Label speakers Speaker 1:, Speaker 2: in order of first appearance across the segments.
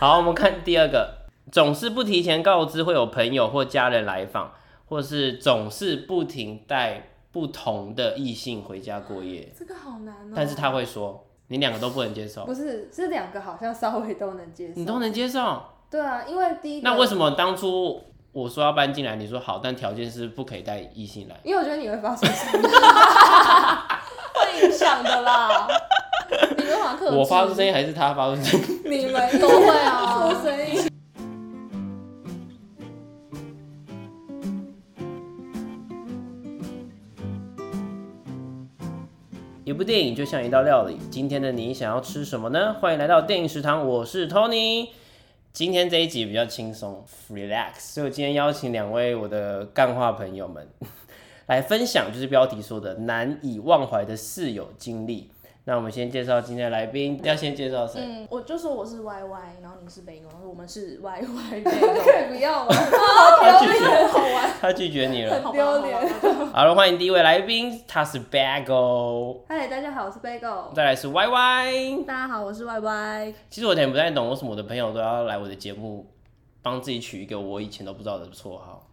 Speaker 1: 好，我们看第二个，总是不提前告知会有朋友或家人来访，或是总是不停带不同的异性回家过夜，
Speaker 2: 这个好难哦、
Speaker 1: 但是他会说你两个都不能接受，
Speaker 2: 不是是两个好像稍微都能接受，
Speaker 1: 你都能接受，
Speaker 2: 对啊，因为第一个
Speaker 1: 那为什么当初我说要搬进来，你说好，但条件是不可以带异性来？
Speaker 2: 因为我觉得你会发生什么
Speaker 3: 会影响的啦，
Speaker 2: 你没办法克制，
Speaker 1: 我发出声音还是他发出声音？
Speaker 2: 你们
Speaker 3: 都会啊
Speaker 2: 出声音。
Speaker 1: 一部电影就像一道料理，今天的你想要吃什么呢？欢迎来到电影食堂，我是 Tony。今天这一集比较轻松，relax，所以我今天邀请两位我的干话朋友们来分享，就是标题说的难以忘怀的室友经历。那我们先介绍今天的来宾，要先介绍谁？
Speaker 3: 嗯，我就说我是 Y Y，然后你是北农，我们是 Y Y
Speaker 2: 可
Speaker 3: 北
Speaker 2: 以不要吗？
Speaker 1: 他拒绝，
Speaker 3: 农，好玩，
Speaker 1: 他拒绝你了。
Speaker 3: 好吧
Speaker 2: 丢脸。
Speaker 1: 好了，欢迎第一位来宾，他是 Bagel，
Speaker 2: 嗨，大家好，我是 Bagel。
Speaker 1: 再来是 YY。
Speaker 3: 大家好，我是 Y Y，
Speaker 1: 其实我有点不太懂，为什么我的朋友都要来我的节目，帮自己取一个我以前都不知道的绰号。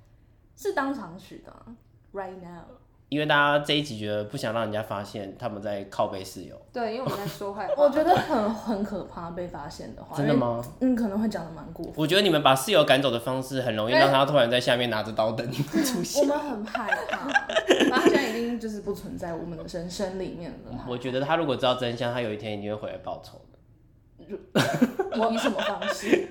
Speaker 3: 是当场取的啊，right now，
Speaker 1: 因为大家这一集觉得不想让人家发现他们在靠背室友，
Speaker 2: 对，因为我们在说坏
Speaker 3: 我
Speaker 2: 话。
Speaker 3: 觉得很很可怕被发现的话，
Speaker 1: 真的？吗？
Speaker 3: 嗯，可能会讲的蛮过分。
Speaker 1: 我觉得你们把室友赶走的方式，很容易让他突然在下面拿着刀等 你们出
Speaker 3: 我
Speaker 1: 现。
Speaker 3: 们很害 怕，然后他现在已经就是不存在我们的人生里面了。
Speaker 1: 我觉得他如果知道真相，他有一天一定会回来报仇的。
Speaker 3: 以什么方式？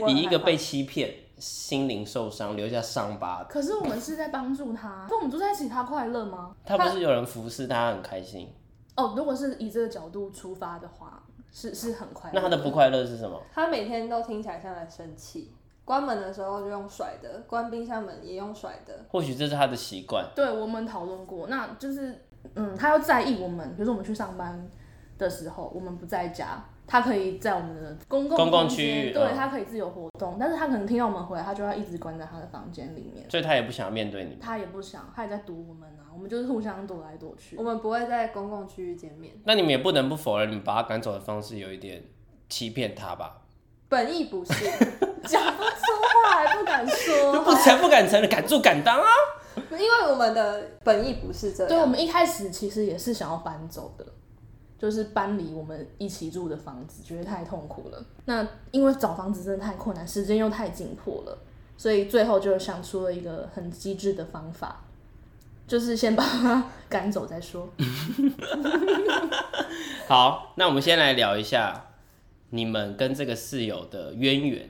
Speaker 3: 我 很
Speaker 1: 以一个
Speaker 3: 害怕
Speaker 1: 被欺骗、心灵受伤、留下伤疤的，
Speaker 3: 可是我们是在帮助他，跟我们住在一起，他快乐吗？
Speaker 1: 他不是有人服侍他很开心，
Speaker 3: 哦，如果是以这个角度出发的话，是是很快乐。
Speaker 1: 那他的不快乐是什么？
Speaker 2: 他每天都听起来像在生气，关门的时候就用甩的，关冰箱门也用甩的。
Speaker 1: 或许这是他的习惯。
Speaker 3: 对我们讨论过，那就是嗯，他要在意我们，比如说我们去上班的时候，我们不在家，他可以在我们的公共
Speaker 1: 公共
Speaker 3: 空间
Speaker 1: 区域
Speaker 3: 对
Speaker 1: 嗯
Speaker 3: 他可以自由活动，但是他可能听到我们回来，他就要一直关在他的房间里面，
Speaker 1: 所以他也不想面对你。
Speaker 3: 他也不想，他也在堵我们啊，我们就是互相躲来躲去
Speaker 2: 我。们不会在公共区域见面，
Speaker 1: 那你们也不能不否认，你们把他赶走的方式有一点欺骗他吧？
Speaker 2: 本意不是。
Speaker 3: 讲不出话，还不敢
Speaker 1: 就
Speaker 3: 说。
Speaker 1: 不承不敢承认，敢做敢当啊！
Speaker 2: 因为我们的本意不是这
Speaker 3: 对，我
Speaker 2: 样，
Speaker 3: 们一开始其实也是想要搬走的，就是搬离我们一起住的房子，觉得太痛苦了。那因为找房子真的太困难，时间又太紧迫了，所以最后就想出了一个很机智的方法，就是先把他赶走再 说。
Speaker 1: 好，那我们先来聊一下你们跟这个室友的渊源，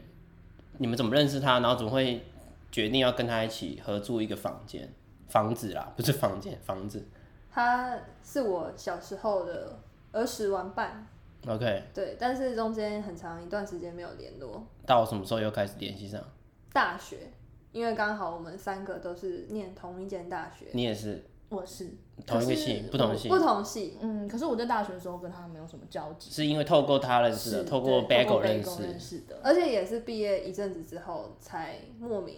Speaker 1: 你们怎么认识他，然后怎么会决定要跟他一起合住一个房间、房子啦，不是房间，房子。
Speaker 2: 他是我小时候的儿时玩伴，
Speaker 1: OK，
Speaker 2: 对，但是中间很长一段时间没有联络。
Speaker 1: 到什么时候又开始联系上？
Speaker 2: 大学，因为刚好我们三个都是念同一间大学，
Speaker 1: 你也是
Speaker 3: 我是
Speaker 1: 同一个
Speaker 3: 可是
Speaker 1: 系，不同系
Speaker 2: 不，同系，
Speaker 3: 嗯，可是我在大学的时候跟他没有什么交集，
Speaker 1: 是因为透过他认识的，
Speaker 3: 是
Speaker 1: 透过
Speaker 3: 对透
Speaker 1: Bagel
Speaker 3: 过 Bagel
Speaker 1: 认识。
Speaker 3: 认识的。
Speaker 2: 而且也是毕业一阵子之后才莫名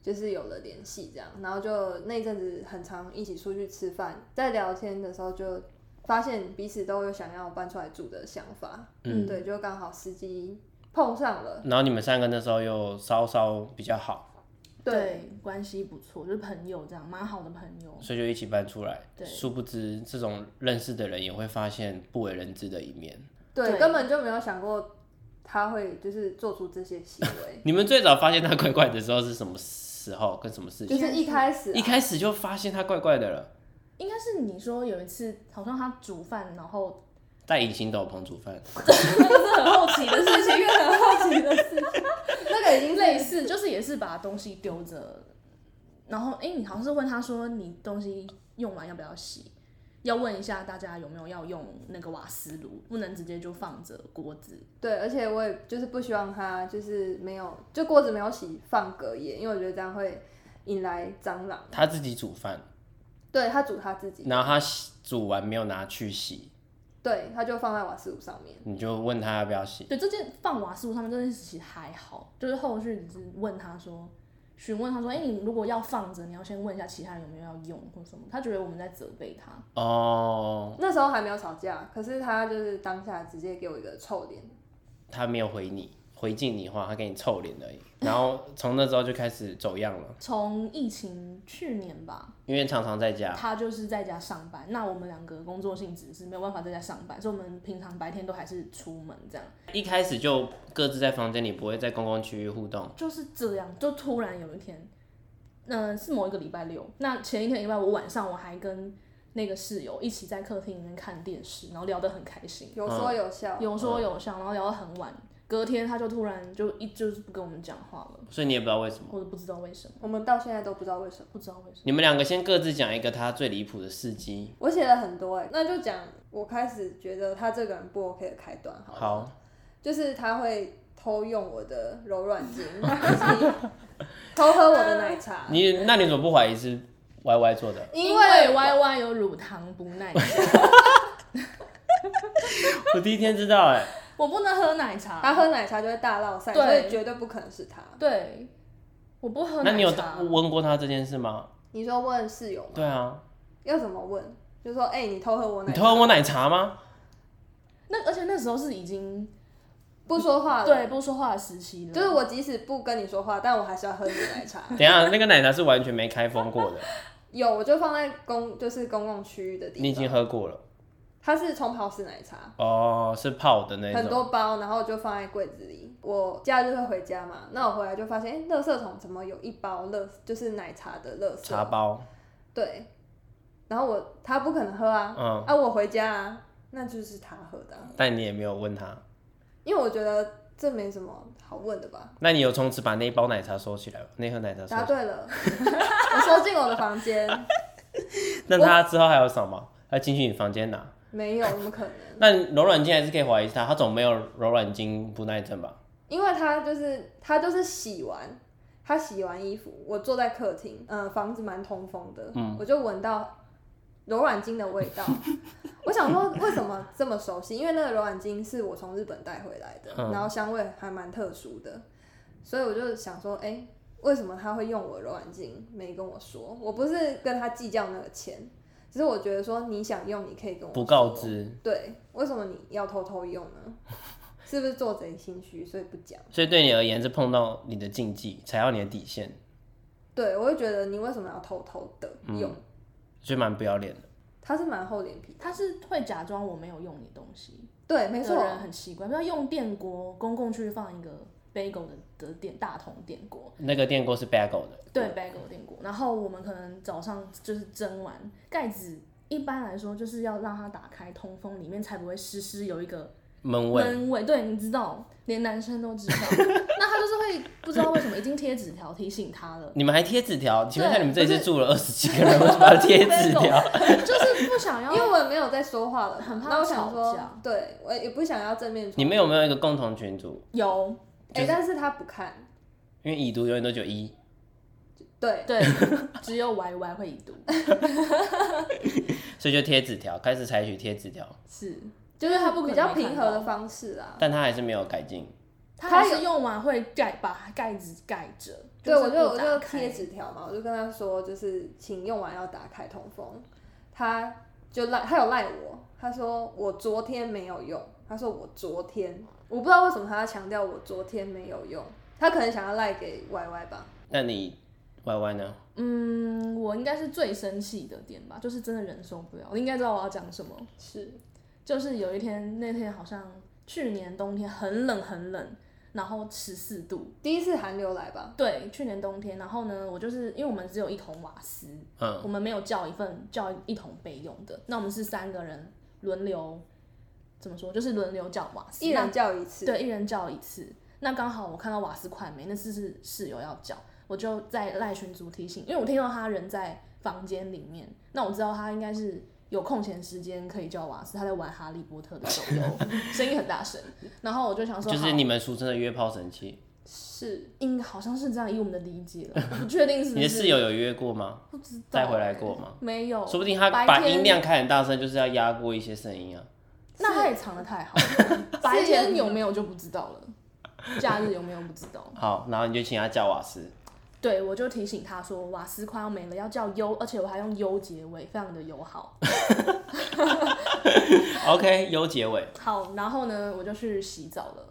Speaker 2: 就是有了联系，这样，然后就那一阵子很常一起出去吃饭，在聊天的时候就发现彼此都有想要搬出来住的想法，
Speaker 3: 嗯
Speaker 2: 对，就刚好时机碰上了，
Speaker 1: 然后你们三个那时候又稍稍比较好，
Speaker 2: 对，
Speaker 3: 对，关系不错，就是朋友这样，蛮好的朋
Speaker 2: 哦
Speaker 3: 友。
Speaker 1: 所以就一起搬出来。
Speaker 3: 对
Speaker 1: 殊不知这种认识的人也会发现不为人知的一面。
Speaker 2: 对，
Speaker 3: 对
Speaker 2: 根本就没有想过他会就是做出这些行为，
Speaker 1: 你们最早发现他怪怪的时候是什么 时候？跟什么事
Speaker 2: 就
Speaker 1: 情？
Speaker 2: 是一开始、啊、
Speaker 1: 一 开始就发现他怪怪的了，
Speaker 3: 应该是你说有一次，好像他煮饭，然后
Speaker 1: 戴隐形斗篷煮饭。
Speaker 3: 那个是很好奇的事情，
Speaker 2: 很好奇的事，啊那个已经
Speaker 3: 类
Speaker 2: 类似，
Speaker 3: 似就是也是把东西丢着，然后哎、诶你好像是问他说你东西用完要不要洗，要问一下大家有没有要用那个瓦斯炉，不能直接就放着锅子。
Speaker 2: 对，而且我也就是不希望它就是没有，就锅子没有洗放隔夜，因为我觉得这样会引来蟑螂。
Speaker 1: 他自己煮饭，
Speaker 2: 对他煮他自己，
Speaker 1: 然后他洗煮完没有拿去洗，
Speaker 2: 对，他就放在瓦斯炉上面。
Speaker 1: 你就问他要不要洗。
Speaker 3: 对，这件放瓦斯炉上面这件事其实还好，就是后续你是问他说。询问他说：“哎、你如果要放着，你要先问一下其他人有没有要用或什么。”他觉得我们在责备他，
Speaker 1: 哦，
Speaker 2: 那时候还没有吵架，可是他就是当下直接给我一个臭脸，
Speaker 1: 他没有回你，回敬你的话，他给你臭脸而已。然后从那之后就开始走样了，
Speaker 3: 从疫情去年吧，
Speaker 1: 因为常常在家，
Speaker 3: 他就是在家上班，那我们两个工作性质是没有办法在家上班，所以我们平常白天都还是出门这样，
Speaker 1: 一开始就各自在房间里，不会在公共区域互动。
Speaker 3: 就是这样，就突然有一天，嗯、是某一个礼拜六，那前一天礼拜五晚上我还跟那个室友一起在客厅里面看电视，然后聊得很开心。
Speaker 2: 有
Speaker 1: 嗯
Speaker 2: 说有笑，
Speaker 3: 有说有笑，然后聊到很晚。隔天他就突然就一就是不跟我们讲话了，
Speaker 1: 所以你也不知道为什么。
Speaker 3: 我都不知道为什么，
Speaker 2: 我们到现在都不知道为什么。
Speaker 3: 不知道为什么。
Speaker 1: 你们两个先各自讲一个他最离谱的事迹。
Speaker 2: 我写了很多哎、那就讲我开始觉得他这个人不 OK 的开端好了，
Speaker 1: 好，
Speaker 2: 就是他会偷用我的柔软巾， 以及偷喝我的奶茶，
Speaker 1: 你那你怎么不怀疑是 Y Y 做 的？
Speaker 2: 因
Speaker 3: 为
Speaker 2: 为
Speaker 3: Y Y 有乳糖不耐症，
Speaker 1: 我第一天知道哎、
Speaker 3: 我不能喝奶茶。
Speaker 2: 他喝奶茶就会大落散，
Speaker 3: 对
Speaker 2: 所以绝啊对不可能是他。
Speaker 3: 对，我不喝
Speaker 1: 那你有
Speaker 3: 奶茶。
Speaker 1: 问过他这件事吗？
Speaker 2: 你说问室友吗？
Speaker 1: 对啊，
Speaker 2: 要怎么问？就说哎、你偷喝我奶
Speaker 1: 你
Speaker 2: 茶，
Speaker 1: 偷喝我奶茶 吗？
Speaker 3: 那而且那时候是已经
Speaker 2: 不说话了。
Speaker 3: 对，不说话的时期了，
Speaker 2: 就是我即使不跟你说话，但我还是要喝你的奶茶。
Speaker 1: 等一下，那个奶茶是完全没开封过的，
Speaker 2: 有，我就放在公就是公共区域的
Speaker 1: 你
Speaker 2: 地
Speaker 1: 已经喝
Speaker 2: 方。
Speaker 1: 过了
Speaker 2: 它是冲泡式奶茶，
Speaker 1: 哦，是泡的那
Speaker 2: 很
Speaker 1: 种。
Speaker 2: 多包，然后就放在柜子里。我假日会回家嘛，那我回来就发现，哎、垃圾桶怎么有一包垃，就是奶茶的垃圾？
Speaker 1: 茶包，
Speaker 2: 对。然后我他不可能喝啊，
Speaker 1: 嗯，
Speaker 2: 啊我回家啊，那就是他喝的啊、
Speaker 1: 但你也没有问他。
Speaker 2: 因为我觉得这没什么好问的吧。
Speaker 1: 那你有从此把那一包奶茶收起来吗？那盒奶茶收
Speaker 2: 答
Speaker 1: 起
Speaker 2: 对了， 我收进我的房间，
Speaker 1: 来？那他之后还有什么？他进去你房间拿？
Speaker 2: 没有，怎么可能？
Speaker 1: 那柔软巾还是可以怀疑他，他总没有柔软巾不耐症吧？
Speaker 2: 因为他就是他就是洗完，他洗完衣服，我坐在客厅，嗯、房子蛮通风的，
Speaker 1: 嗯
Speaker 2: 我就闻到柔软巾的味 道。我想说为什么这么熟悉？因为那个柔软巾是我从日本带回来的，
Speaker 1: 嗯
Speaker 2: 然后香味还蛮特殊的，所以我就想说，哎、为什么他会用我柔软巾？没跟我说，我不是跟他计较那个钱，只是我觉得说你想用，你可以跟我
Speaker 1: 不告
Speaker 2: 说
Speaker 1: 知，
Speaker 2: 对，为什么你要偷偷用 呢？是不是做贼心虚，所以不讲？
Speaker 1: 所以对你而言是碰到你的禁忌，踩到你的底线，
Speaker 2: 对，我会觉得你为什么要偷偷的用？
Speaker 1: 嗯所以蛮不要脸的。
Speaker 2: 他是蛮厚脸皮的，
Speaker 3: 他是会假装我没有用你东西，
Speaker 2: 对，没错
Speaker 3: 的，人很奇怪，不要用电锅，公共区放一个 bagel 的的电大桶电锅，
Speaker 1: 那个电锅是 bagel 的，
Speaker 3: 对 bagel 电锅，然后我们可能早上就是蒸完盖子。一般来说，就是要让它打开通风，里面才不会湿湿有一个
Speaker 1: 闷味。
Speaker 3: 闷味。对，你知道，连男生都知道。那他就是会不知道为什么已经贴纸条提醒他了，
Speaker 1: 你们还贴纸条？请问一下，你
Speaker 3: 对
Speaker 1: 们这
Speaker 3: 不
Speaker 1: 次
Speaker 3: 是
Speaker 1: 住了二十几个人，为什么要贴纸条？
Speaker 3: 就是不想 要
Speaker 2: 因为我也没有在说话了嘛，
Speaker 3: 很怕
Speaker 2: 那我
Speaker 3: 吵
Speaker 2: 想说
Speaker 3: 架，
Speaker 2: 对我也不想要正面冲突。
Speaker 1: 你们有没有一个共同群组？
Speaker 3: 有
Speaker 2: 哎、但是他不看，
Speaker 1: 因为已读永远都只有一，
Speaker 2: 对，
Speaker 3: 对，只有 Y Y 会已读，
Speaker 1: 所以就贴纸条，开始采取贴纸条，
Speaker 3: 是，
Speaker 2: 就是
Speaker 3: 他
Speaker 2: 他
Speaker 3: 不可能
Speaker 2: 比较
Speaker 3: 看
Speaker 2: 平和的
Speaker 3: 到
Speaker 2: 方式啊。
Speaker 1: 但他还是没有改进。
Speaker 3: 他
Speaker 2: 他
Speaker 3: 还是用完会盖把盖子盖着，
Speaker 2: 对，
Speaker 3: 是
Speaker 2: 我就
Speaker 3: 不
Speaker 2: 我
Speaker 3: 打
Speaker 2: 就
Speaker 3: 开
Speaker 2: 贴纸条嘛，我就跟他说，就是请用完要打开通风。他就赖，他有赖我，他说我昨天没有用，他说我昨天，我不知道为什么他要强调我昨天没有用，他可能想要赖给 Y Y 吧。
Speaker 1: 那你 Y Y 呢？
Speaker 3: 嗯，我应该是最生气的点吧，就是真的忍受不了。你应该知道我要讲什么，
Speaker 2: 是，
Speaker 3: 就是有一天，那天好像去年冬天很冷很冷，然后十四度，
Speaker 2: 第一次寒流来吧，
Speaker 3: 对，去年冬天，然后呢，我就是因为我们只有一桶瓦斯，
Speaker 1: 嗯，
Speaker 3: 我们没有叫一份叫一桶备用的，那我们是三个人轮流，怎么说，就是轮流叫瓦斯，
Speaker 2: 一人叫一次，，
Speaker 3: 对，一人叫一次。那刚好我看到瓦斯快没，那次是室友要叫，我就在赖群组提醒，因为我听到他人在房间里面，那我知道他应该是有空闲时间可以叫瓦斯，他在玩《哈利波特》的手游，声音很大声。然后我就想说，
Speaker 1: 就是
Speaker 3: 好
Speaker 1: 你们俗称的约炮神器。
Speaker 2: 是
Speaker 3: 应好像是这样，以我们的理解了，我不确定是不 是
Speaker 1: 你的室友有约过吗？
Speaker 3: 不知道
Speaker 1: 带回来过吗？
Speaker 3: 没有，
Speaker 1: 说不定他
Speaker 3: 白
Speaker 1: 把
Speaker 3: 天
Speaker 1: 音量开很大声，就是要压过一些声音啊。
Speaker 3: 那他也藏的太好 了，白天有没有就不知道了，假日有没有不知道。
Speaker 1: 好，然后你就请他叫瓦斯，
Speaker 3: 对，我就提醒他说瓦斯快要没了，要叫优，而且我还用优结尾，非常的友好。
Speaker 1: OK，有结尾。
Speaker 3: 好，然后呢，我就去洗澡了。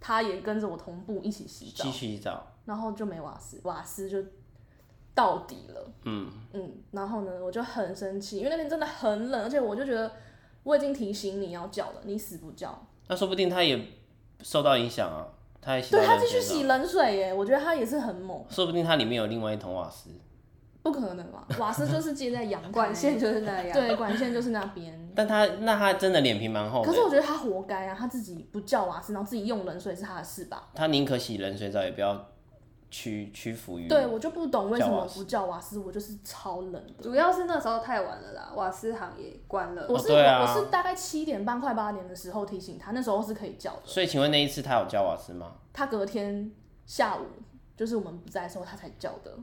Speaker 3: 他也跟着我同步一起洗澡
Speaker 1: 洗，洗澡，
Speaker 3: 然后就没瓦斯，瓦斯就到底了。
Speaker 1: 嗯，
Speaker 3: 嗯，然后呢，我就很生气，因为那天真的很冷，而且我就觉得我已经提醒你要叫了，你死不叫。
Speaker 1: 那说不定他也受到影响啊，他也洗到
Speaker 3: 对他
Speaker 1: 冷
Speaker 3: 继续
Speaker 1: 水
Speaker 3: 洗
Speaker 1: 澡，
Speaker 3: 冷水耶，我觉得他也是很猛，
Speaker 1: 说不定他里面有另外一桶瓦斯，
Speaker 3: 不可能嘛，瓦斯就是接在阳台
Speaker 2: 管线就是那样。
Speaker 3: 对，管线就是那边。
Speaker 1: 但他那他真的脸皮蛮厚
Speaker 3: 可是
Speaker 1: 的，
Speaker 3: 我觉得他活该啊，他自己不叫瓦斯，然后自己用冷水是他的事吧？
Speaker 1: 他宁可洗冷水澡也不要屈屈服于
Speaker 3: 对，我就不懂为什
Speaker 1: 叫
Speaker 3: 么
Speaker 1: 瓦斯
Speaker 3: 不叫瓦斯，我就是超冷的。
Speaker 2: 主要是那时候太晚了啦，瓦斯行也关了。
Speaker 3: 我是、
Speaker 1: 对啊
Speaker 3: 我是大概七点半快八点的时候提醒他，那时候是可以叫的。
Speaker 1: 所以请问那一次他有叫瓦斯吗？
Speaker 3: 他隔天下午就是我们不在的时候他才叫的，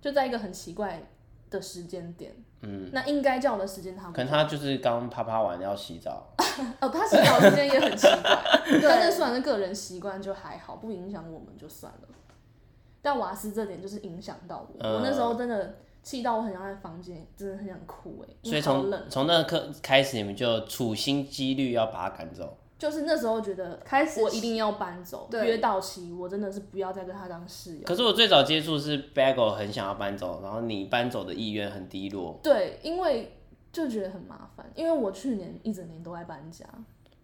Speaker 3: 就在一个很奇怪的时间点。嗯，那应该叫的时间他不
Speaker 1: 可能他就是刚啪啪完要洗澡，
Speaker 3: 哦，他洗澡时间也很奇 怪，但是算是个人习惯就还好，不影响我们就算了。但瓦斯这点就是影响到我，
Speaker 1: 嗯
Speaker 3: 我那时候真的气到我很想在房间，真的很想哭哎、因
Speaker 1: 所以
Speaker 3: 为好
Speaker 1: 从
Speaker 3: 冷，
Speaker 1: 从那刻开始，你们就处心积虑要把他赶走。
Speaker 3: 就是那时候觉得
Speaker 2: 开始
Speaker 3: 我一定要搬走，
Speaker 2: 对
Speaker 3: 约到期我真的是不要再跟他当室友。
Speaker 1: 可是我最早接触是 Bagel 很想要搬走，然后你搬走的意愿很低落，
Speaker 3: 对，因为就觉得很麻烦，因为我去年一整年都在搬家，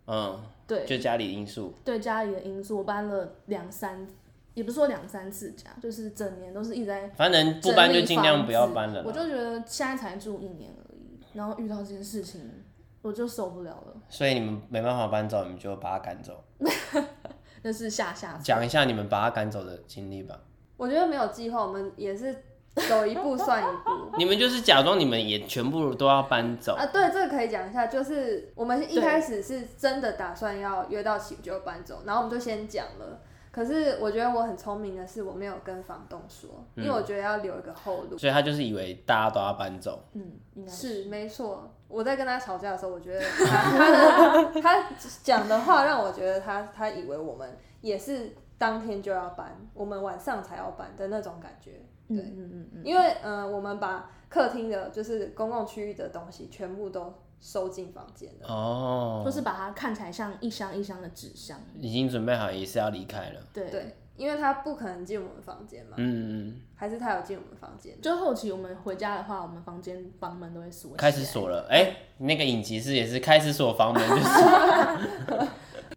Speaker 1: 嗯，
Speaker 3: 对
Speaker 1: 就家里因素，
Speaker 3: 对家里的因素，我搬了两三，也不是说两三次家，就是整年都是一直在
Speaker 1: 反正不搬就尽量不要搬了啦。
Speaker 3: 我就觉得现在才住一年而已，然后遇到这件事情，我就受不了了。
Speaker 1: 所以你们没办法搬走，你们就把他赶走。
Speaker 3: 那是下下次，
Speaker 1: 讲一下你们把他赶走的经历吧。
Speaker 2: 我觉得没有计划，我们也是走一步算一步。
Speaker 1: 你们就是假装你们也全部都要搬走，
Speaker 2: 啊，对，这个可以讲一下，就是我们一
Speaker 3: 对
Speaker 2: 开始是真的打算要约到起就搬走，然后我们就先讲了。可是我觉得我很聪明的是，我没有跟房东说，因为我觉得要留一个后路。
Speaker 1: 所以他就是以为大家都要搬走。
Speaker 3: 嗯，应该
Speaker 2: 是没错，我在跟他吵架的时候，我觉得他 他的他讲的话让我觉得他他以为我们也是当天就要搬，我们晚上才要搬的那种感觉。
Speaker 3: 嗯
Speaker 2: 对，
Speaker 3: 嗯嗯嗯，
Speaker 2: 因为呃，我们把客厅的就是公共区域的东西全部都收进房间了。
Speaker 1: 哦，
Speaker 3: 就是把它看起来像一箱一箱的纸箱，
Speaker 1: 已经准备好也是要离开了。
Speaker 3: 对。
Speaker 2: 对，因为他不可能进我们房间嘛，
Speaker 1: 嗯，
Speaker 2: 还是他有进我们房间？
Speaker 3: 就后期我们回家的话，我们房间房门都会锁起来，
Speaker 1: 开始锁了。哎、那个影集是也是开始锁房门，就是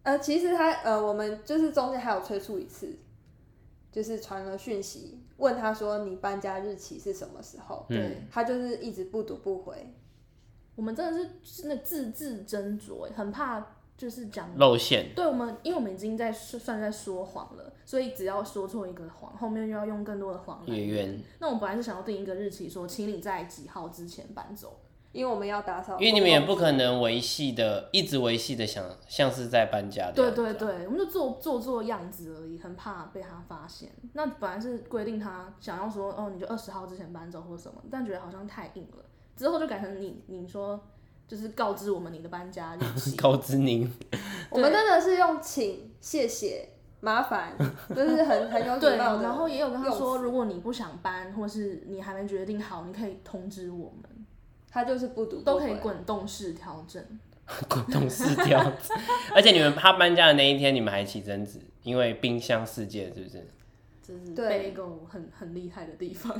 Speaker 2: 呃，其实他呃，我们就是中间还有催促一次，就是传了讯息问他说你搬家日期是什么时候？
Speaker 1: 嗯
Speaker 3: 对，
Speaker 2: 他就是一直不读不回，
Speaker 3: 我们真的是是那字字斟酌，欸很怕就是讲
Speaker 1: 露馅。
Speaker 3: 对我们，因为我们已经在说算在说谎了，所以只要说错一个谎，后面又要用更多的谎来
Speaker 1: 月圆，
Speaker 3: 那我们本来是想要定一个日期说请你在几号之前搬走。
Speaker 2: 因为我们要打扫公
Speaker 1: 因为
Speaker 2: 共区域，
Speaker 1: 你们也不可能维系的，一直维系的想像是在搬
Speaker 2: 啊
Speaker 1: 家的。啊
Speaker 3: 对对。对，我们就做做做样子而已，很怕被他发现。那本来是规定他想要说，哦，你就二十号之前搬走或什么，但觉得好像太硬了，之后就改成你你说就是告知我们你的搬家日 期。
Speaker 1: 高知宁，
Speaker 2: 我们真的是用请、谢谢、麻 烦，就是很很有
Speaker 3: 对，
Speaker 2: 礼貌的。
Speaker 3: 然后也有跟他
Speaker 2: 用
Speaker 3: 说，
Speaker 2: 词
Speaker 3: 如果你不想搬，或是你还没决定好，你可以通知我们，
Speaker 2: 他就是不读不
Speaker 3: 都可以
Speaker 2: 回
Speaker 3: 滚动式调整。
Speaker 1: 滚动式调子。 而且你们他搬家的那一天，你们还起争执，因为冰箱事件是不是？
Speaker 3: 这是
Speaker 2: 对
Speaker 3: Bagel 很很厉害的地方。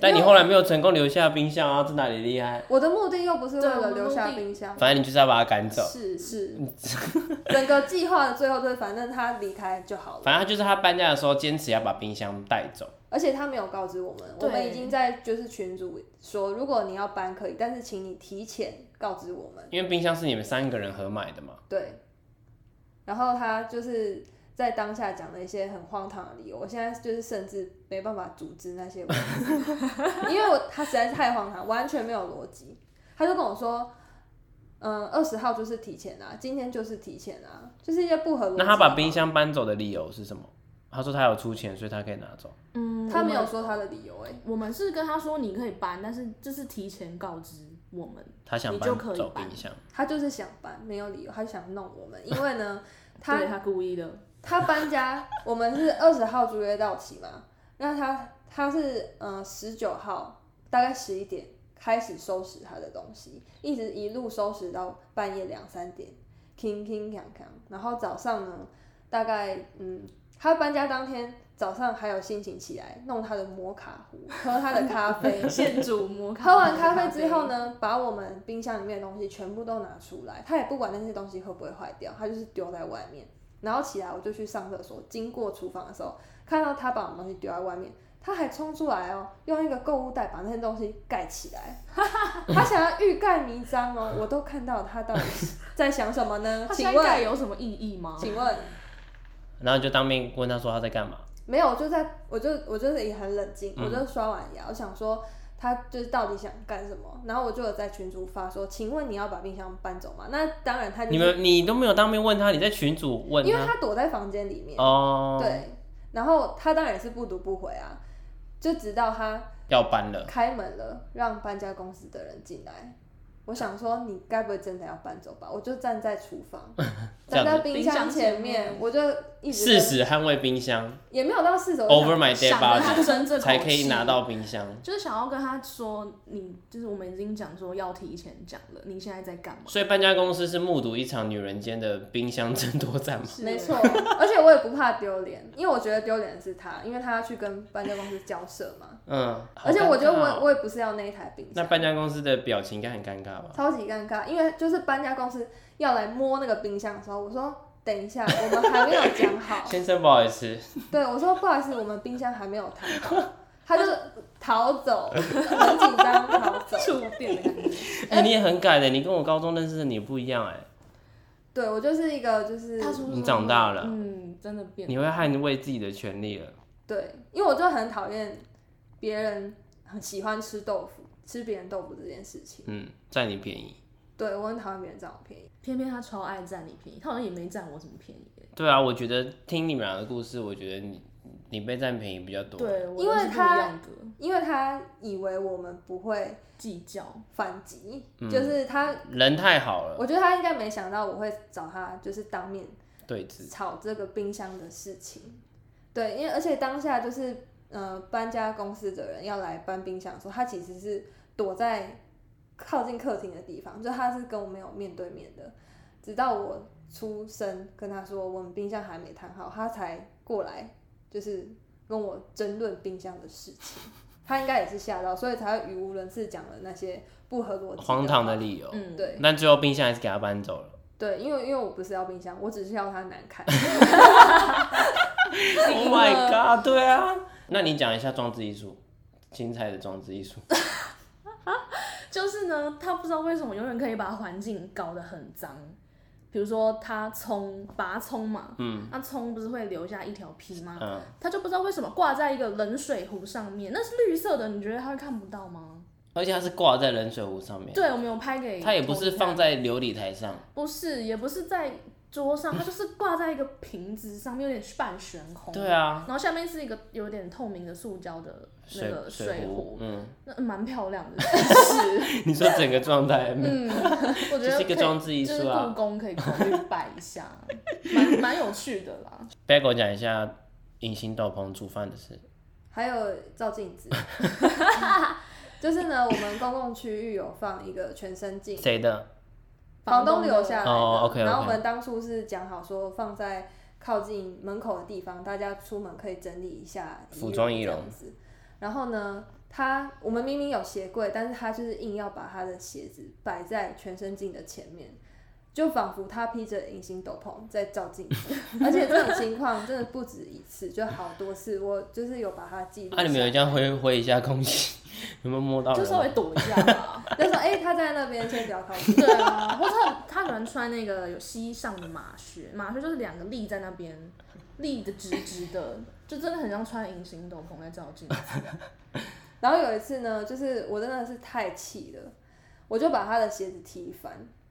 Speaker 1: 但你后来没有成功留下冰箱啊，这哪里厉害？
Speaker 2: 我的目的又不是为
Speaker 3: 对我
Speaker 2: 了
Speaker 3: 们
Speaker 2: 留
Speaker 3: 目
Speaker 2: 下
Speaker 3: 的
Speaker 2: 冰箱，
Speaker 1: 反正你就是要把他赶走。
Speaker 3: 是
Speaker 2: 是整个计划的最后就是反正他离开就好了。
Speaker 1: 反正他就是他搬家的时候坚持要把冰箱带走，
Speaker 2: 而且他没有告知我们，
Speaker 3: 对
Speaker 2: 我们已经在就是群主说，如果你要搬可以，但是请你提前告知我们。
Speaker 1: 因为冰箱是你们三个人合买的嘛。
Speaker 2: 对，然后他就是在当下讲了一些很荒唐的理由，我现在就是甚至没办法组织那些文字，因为我他实在是太荒唐，完全没有逻辑。他就跟我说。嗯，二十号就是提前啊，今天就是提前啊，就是一些不合逻辑。
Speaker 1: 那他把冰，箱搬走的理由是什么？他说他有出钱，所以他可以拿走。
Speaker 3: 嗯，
Speaker 2: 他没有
Speaker 3: 我们。
Speaker 2: 说他的理由、欸，哎，
Speaker 3: 我们是跟他说你可以搬，但是就是提前告知我们。
Speaker 1: 他想
Speaker 3: 你
Speaker 1: 搬
Speaker 3: 就可以
Speaker 1: 走
Speaker 3: 搬
Speaker 1: 冰箱，
Speaker 2: 他就是想搬，没有理由，他就想弄我们，因为呢，他
Speaker 3: 对他故意 的，，
Speaker 2: 他搬家，我们是二十号租约到期嘛，那他他是嗯十九号大概十一点开始收拾他的东西，一直一路收拾到半夜两三点，吭吭锵锵，然后早上呢，大概嗯，他搬家当天早上还有心情起来弄他的摩卡壶，喝他的咖啡
Speaker 3: 现煮摩卡。
Speaker 2: 喝完咖啡之后？呢，把我们冰箱里面的东西全部都拿出来，他也不管那些东西会不会坏掉，他就是丢在外面。然后起来我就去上厕所，经过厨房的时候，看到他把我们东西丢在外面，他还冲出来哦，用一个购物袋把那些东西盖起来， 他想要欲盖弥彰哦，我都看到他到底是在想什么 呢？
Speaker 3: 它
Speaker 2: 请
Speaker 3: 现在
Speaker 2: 问，
Speaker 3: 有什么意义吗？
Speaker 2: 请问。
Speaker 1: 然后你就当面问他说他在干嘛，
Speaker 2: 没有，我就在，我就我就是也很冷静，
Speaker 1: 嗯
Speaker 2: 我就刷完牙，我想说他就是到底想干什么，然后我就有在群主发说，请问你要把冰箱搬走吗？那当然他就
Speaker 1: 你
Speaker 2: 是，
Speaker 1: 们你都没有当面问他，你在群主问
Speaker 2: 因为他躲在房间里面，
Speaker 1: 哦，，
Speaker 2: 对，然后他当然也是不读不回啊，就直到他
Speaker 1: 要搬了，
Speaker 2: 开门了，让搬家公司的人进来。我想说，你该不会真的要搬走吧？我就站在厨房，
Speaker 1: 这样
Speaker 2: 站
Speaker 1: 子
Speaker 2: 在冰
Speaker 3: 冰
Speaker 2: 箱前
Speaker 3: 箱前
Speaker 2: 面
Speaker 3: 面，
Speaker 2: 我就一直
Speaker 1: 誓死捍卫冰箱
Speaker 2: 也没有到四手
Speaker 1: ，over my dead
Speaker 3: 想让他
Speaker 1: body，
Speaker 3: 争这口
Speaker 1: 才可以
Speaker 3: 气
Speaker 1: 拿到冰箱。
Speaker 3: 就是想要跟他说，你就是我们已经讲说要提前讲了，你现在在干嘛？
Speaker 1: 所以搬家公司是目睹一场女人间的冰箱争夺战吗？
Speaker 2: 没错，而且我也不怕丢脸，因为我觉得丢脸的是他，因为他要去跟搬家公司交涉嘛。
Speaker 1: 嗯，好
Speaker 2: 而且我觉得
Speaker 1: 尴尬
Speaker 2: 我
Speaker 1: 哦
Speaker 2: 我也不是要那一台冰
Speaker 1: 那
Speaker 2: 箱，
Speaker 1: 搬家公司的表情应该很尴尬吧？
Speaker 2: 超级尴尬，因为就是搬家公司要来摸那个冰箱的时候，我说等一下，我们还没有讲 好，
Speaker 1: 先生不好意思，
Speaker 2: 对我说不好意思，我们冰箱还没有谈好， 他就逃走，很紧张逃走。
Speaker 3: 触电的感觉。
Speaker 1: 哎、你也很改的，你跟我高中认识的你不一样哎、
Speaker 2: 对我就是一个就是
Speaker 3: 他说
Speaker 1: 你长大了
Speaker 3: 嗯，真的变。
Speaker 1: 你会捍卫自己的权利了。
Speaker 2: 对，因为我就很讨厌别人很喜欢吃豆腐，吃别人豆腐这件事情，
Speaker 1: 嗯，占你便宜。
Speaker 2: 对我很讨厌别人占我便宜。
Speaker 3: 偏偏他超爱占你便宜，他好像也没占我什么便宜耶。
Speaker 1: 对啊，我觉得听你们俩的故事，我觉得你你被占便宜比较多。，
Speaker 3: 对，我
Speaker 2: 因为
Speaker 3: 们是不一
Speaker 2: 他
Speaker 3: 样的
Speaker 2: 因为他以为我们不会
Speaker 3: 计较，
Speaker 2: 反击，
Speaker 1: 嗯
Speaker 2: 就是他，
Speaker 1: 人太好了，
Speaker 2: 我觉得他应该没想到我会找他，就是当面
Speaker 1: 对峙。
Speaker 2: 吵这个冰箱的事情。对，因为而且当下就是，呃，搬家公司的人要来搬冰箱的时候，他其实是躲在靠近客厅的地方，就他是跟我没有面对面的，直到我出声跟他说我们冰箱还没谈好，他才过来，就是跟我争论冰箱的事情。 他应该也是吓到，所以才会语无伦次讲了那些不合逻辑、
Speaker 1: 荒唐的。理由。
Speaker 3: 嗯，
Speaker 2: 对
Speaker 1: 但最后冰箱还是给他搬走了。
Speaker 2: 对，因为因为我不是要冰箱，我只是要它难看。
Speaker 1: Oh my god！对啊，那你讲一下装置艺术，精彩的装置艺术。
Speaker 3: 就是呢，他不知道为什么永远可以把环境搞得很脏。比如说他葱拔葱嘛，嗯，那葱不是会留下一条皮吗？
Speaker 1: 嗯，
Speaker 3: 他就不知道为什么挂在一个冷水壶上面，那是绿色的，你觉得他会看不到吗？
Speaker 1: 而且它是挂在冷水壶上面，
Speaker 3: 对，我们有拍给
Speaker 1: 它也不是
Speaker 3: Tony 看
Speaker 1: 放在琉璃台上。
Speaker 3: 不是，也不是在桌上，它就是挂在一个瓶子上面，有点半悬空。
Speaker 1: 对啊，
Speaker 3: 然后下面是一个有点透明的塑胶的那
Speaker 1: 水
Speaker 3: 个
Speaker 1: 水
Speaker 3: 壶
Speaker 1: 壶，，嗯，
Speaker 3: 那蛮漂亮的，是，
Speaker 1: 你说整个状态，
Speaker 3: 嗯，我觉
Speaker 1: 这
Speaker 3: 得
Speaker 1: 是一个
Speaker 3: 可以
Speaker 1: 装置艺术
Speaker 3: 就是
Speaker 1: 啊
Speaker 3: 故。宫可以考虑摆一下， 蛮蛮有趣的啦。
Speaker 1: Bagel 讲一下隐形斗篷煮饭的事。
Speaker 2: 还有照镜 子，就是呢，我们公共区域有放一个全身镜，
Speaker 1: 谁的？
Speaker 2: 房
Speaker 3: 东
Speaker 2: 东
Speaker 3: 的
Speaker 2: 留下来的。
Speaker 1: 哦，OK，OK
Speaker 2: 然后我们当初是讲好说放在靠近门口的地方，大家出门可以整理一下
Speaker 1: 服装仪
Speaker 2: 这
Speaker 1: 容
Speaker 2: 样子。然后呢，他我们明明有鞋柜，但是他就是硬要把他的鞋子摆在全身镜的前面。就仿佛他披着隐形斗篷在照 镜子，而且这种情况真的不止一次，就好多次。我就是有把它记 录。
Speaker 1: 啊，你们有这样挥挥一下空气， 有没有摸到
Speaker 3: 就
Speaker 1: 人
Speaker 3: 稍
Speaker 1: 啊？
Speaker 3: 微躲一下吧。
Speaker 2: 就说哎、欸他在那边，先不要靠近。
Speaker 3: 对啊，或者他他喜欢穿那个有膝上的马靴，马靴就是两个立在那边，立的直直的，就真的很像穿隐形斗篷在 照镜子。
Speaker 2: 然后有一次呢，就是我真的是太气了，我就把他的鞋子踢翻。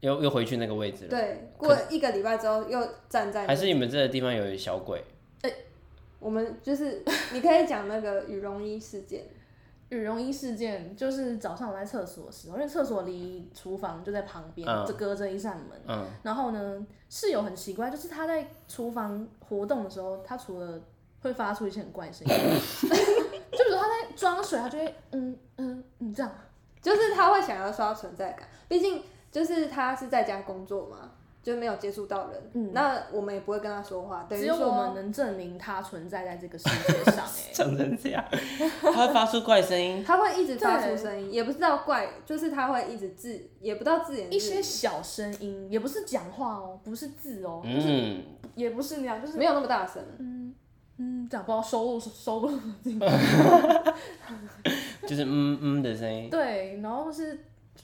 Speaker 1: 又又回去那个位置了。
Speaker 2: 对，过一个礼拜之后又站在那
Speaker 1: 还是你们这个地方有小鬼？
Speaker 2: 我们就是你可以讲那个羽绒衣事件。
Speaker 3: 羽绒衣事件就是早上我在厕所的时候，因为厕所离厨房就在旁边，
Speaker 1: 嗯
Speaker 3: 就隔着一扇门。
Speaker 1: 嗯
Speaker 3: 然后呢，室友很奇怪，就是他在厨房活动的时候，他除了会发出一些很怪的声音， 就比如他在装水，他就会嗯嗯嗯这样，
Speaker 2: 就是他会想要刷存在感，毕竟就是他是在家工作嘛，就没有接触到人，
Speaker 3: 嗯
Speaker 2: 那我们也不会跟他说话，等于
Speaker 3: 只有
Speaker 2: 说
Speaker 3: 我啊们能证明他存在在这个世界上、 哎，
Speaker 1: 讲成这样，他会发出怪声音。
Speaker 2: 他会一直发出
Speaker 3: 对
Speaker 2: 声音，也不知道怪，就是他会一直自，也不知道自言自语
Speaker 3: 一些小声音，也不是讲话哦，不是字哦，就是
Speaker 1: 嗯，
Speaker 3: 也不是那样，就是
Speaker 2: 没有那么大声，
Speaker 3: 嗯嗯，讲不知道收入收入进去。
Speaker 1: 就是嗯嗯的声音。
Speaker 3: 对，然后是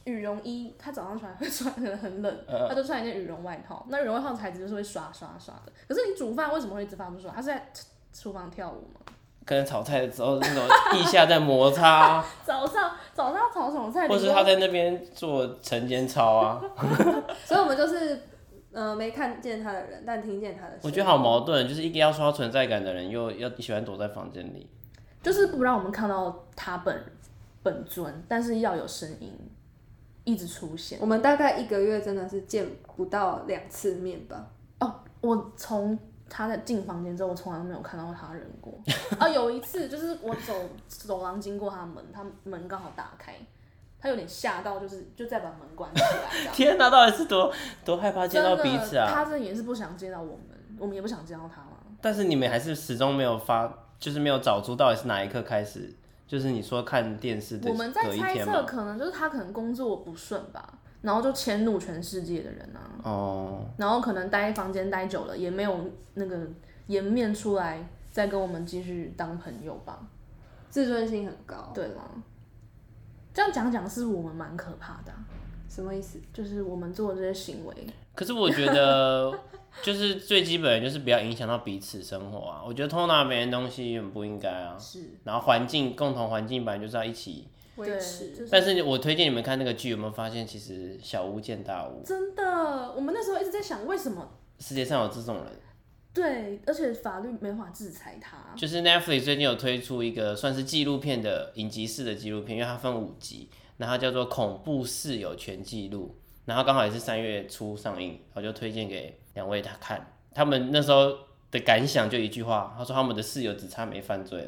Speaker 3: 羽绒衣，他早上穿 会穿的很冷，
Speaker 1: 呃
Speaker 3: 他就穿一件羽绒外套。那羽绒外套的材质就是会刷刷刷的。可是你煮饭为什么会一直发不出来？他是在厨房跳舞吗？
Speaker 1: 可能炒菜的时候那种腋下在摩擦，
Speaker 3: 早上早上炒什么菜？
Speaker 1: 或
Speaker 3: 你
Speaker 1: 是
Speaker 3: 说
Speaker 1: 他在 那边做晨间操 啊，
Speaker 2: 所以我们就是呃没看见他的人，但听见他的声音。
Speaker 1: 我觉得好矛盾，就是一个要刷存在感的人，又要喜欢躲在房间里。
Speaker 3: 就是不让我们看到他本本尊，但是要有声音一直出现。
Speaker 2: 我们大概一个月真的是见不到两次面吧，
Speaker 3: 哦，我从他的进房间之后，我从来没有看到他人过。 啊，有一次就是我走走廊经过他门，他门刚好打开，他有点吓到，就是就再把门关起来 这 样。
Speaker 1: 天哪，到底是多多害怕见
Speaker 3: 真
Speaker 1: 到
Speaker 3: 的，
Speaker 1: 彼此啊？
Speaker 3: 他真的也是不想见到我们，我们也不想见到他嘛。
Speaker 1: 但是你们还是始终没有发，就是没有找出到底是哪一刻开始，就是你说看电视的
Speaker 3: 我们在
Speaker 1: 隔一
Speaker 3: 猜
Speaker 1: 天
Speaker 3: 测，
Speaker 1: 嘛。
Speaker 3: 可能就是他可能工作不顺吧，然后就迁怒全世界的人啊。
Speaker 1: 哦，
Speaker 3: 然后可能待房间待久了，也没有那个颜面出来，再跟我们继续当朋友吧。
Speaker 2: 自尊心很
Speaker 1: 哦
Speaker 2: 高，
Speaker 3: 对啦，这样讲讲是我们蛮可怕的啊、
Speaker 2: 什么意思？
Speaker 3: 就是我们做的这些行为，
Speaker 1: 可是我觉得就是最基本的就是不要影响到彼此生活啊。我觉得偷拿别人东西很不应该啊。
Speaker 3: 是
Speaker 1: 然后环境共同环境本来就是要一起，
Speaker 2: 维持
Speaker 3: 就
Speaker 1: 但是我推荐你们看那个剧，有没有发现其实小巫见大巫，
Speaker 3: 真的，我们那时候一直在想为什么
Speaker 1: 世界上有这种人。
Speaker 3: 对，而且法律没法制裁他，
Speaker 1: 就是 Netflix 最近有推出一个算是纪录片的影集式的纪录片，因为它分五集，然后它叫做《恐怖室友全记录》，然后刚好也是三月初上映，我就推荐给两位他看。他们那时候的感想就一句话，他说他们的室友只差没犯罪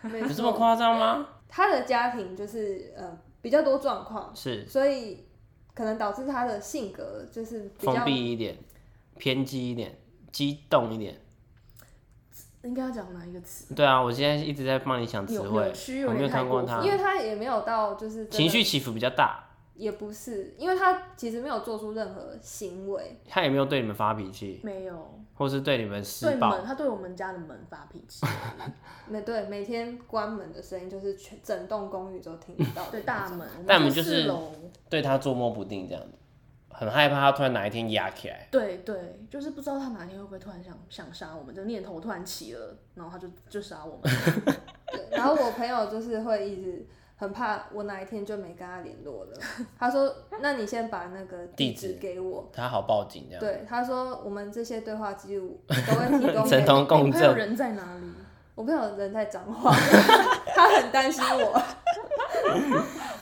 Speaker 1: 而已，
Speaker 2: 没
Speaker 1: 有这么
Speaker 2: 错，
Speaker 1: 夸张吗？
Speaker 2: 他的家庭就是呃比较多状况，
Speaker 1: 是
Speaker 2: 所以可能导致他的性格就是比
Speaker 1: 封
Speaker 2: 较
Speaker 1: 闭一点，偏激一点，激动一点。
Speaker 3: 应该要讲哪一个词？
Speaker 1: 对啊，我现在一直在帮你想词
Speaker 3: 有
Speaker 1: 汇
Speaker 3: 扭曲，，有
Speaker 1: 我没有
Speaker 3: 点太
Speaker 1: 看
Speaker 3: 过
Speaker 1: 过
Speaker 3: 分
Speaker 1: 他
Speaker 2: 因，为他也没有到就是真的
Speaker 1: 情绪，起伏比较大，
Speaker 2: 也不是，因为他其实没有做出任何行为，
Speaker 1: 他也没有对你们发脾气，
Speaker 3: 没有
Speaker 1: 或是对你们施
Speaker 3: 对
Speaker 1: 暴。
Speaker 3: 门，他对我们家的门发 脾气，
Speaker 2: 每对每天关门的声音就是全整栋公寓都听得 到的那种，
Speaker 3: 对大门，
Speaker 1: 但我们
Speaker 3: 我们
Speaker 1: 就是
Speaker 3: 四楼，
Speaker 1: 对他捉摸不定这样子，很害怕他突然哪一天压起来。
Speaker 3: 对对，就是不知道他哪天会不会突然想想杀我们，这念头突然起了，然后他就就杀我 们。
Speaker 2: 对，然后我朋友就是会一直很怕我哪一天就没跟他联络 了。他说：“那你先把那个
Speaker 1: 地址
Speaker 2: 址给我。
Speaker 1: 他好报警这”样，
Speaker 2: 对，他说我们这些对话记录都会提 供
Speaker 1: 神
Speaker 2: 给
Speaker 1: 童
Speaker 3: 你
Speaker 1: 共
Speaker 3: 哎朋友
Speaker 1: 振。
Speaker 3: 人在哪里？
Speaker 2: 我朋友人在彰化， 他很担心我。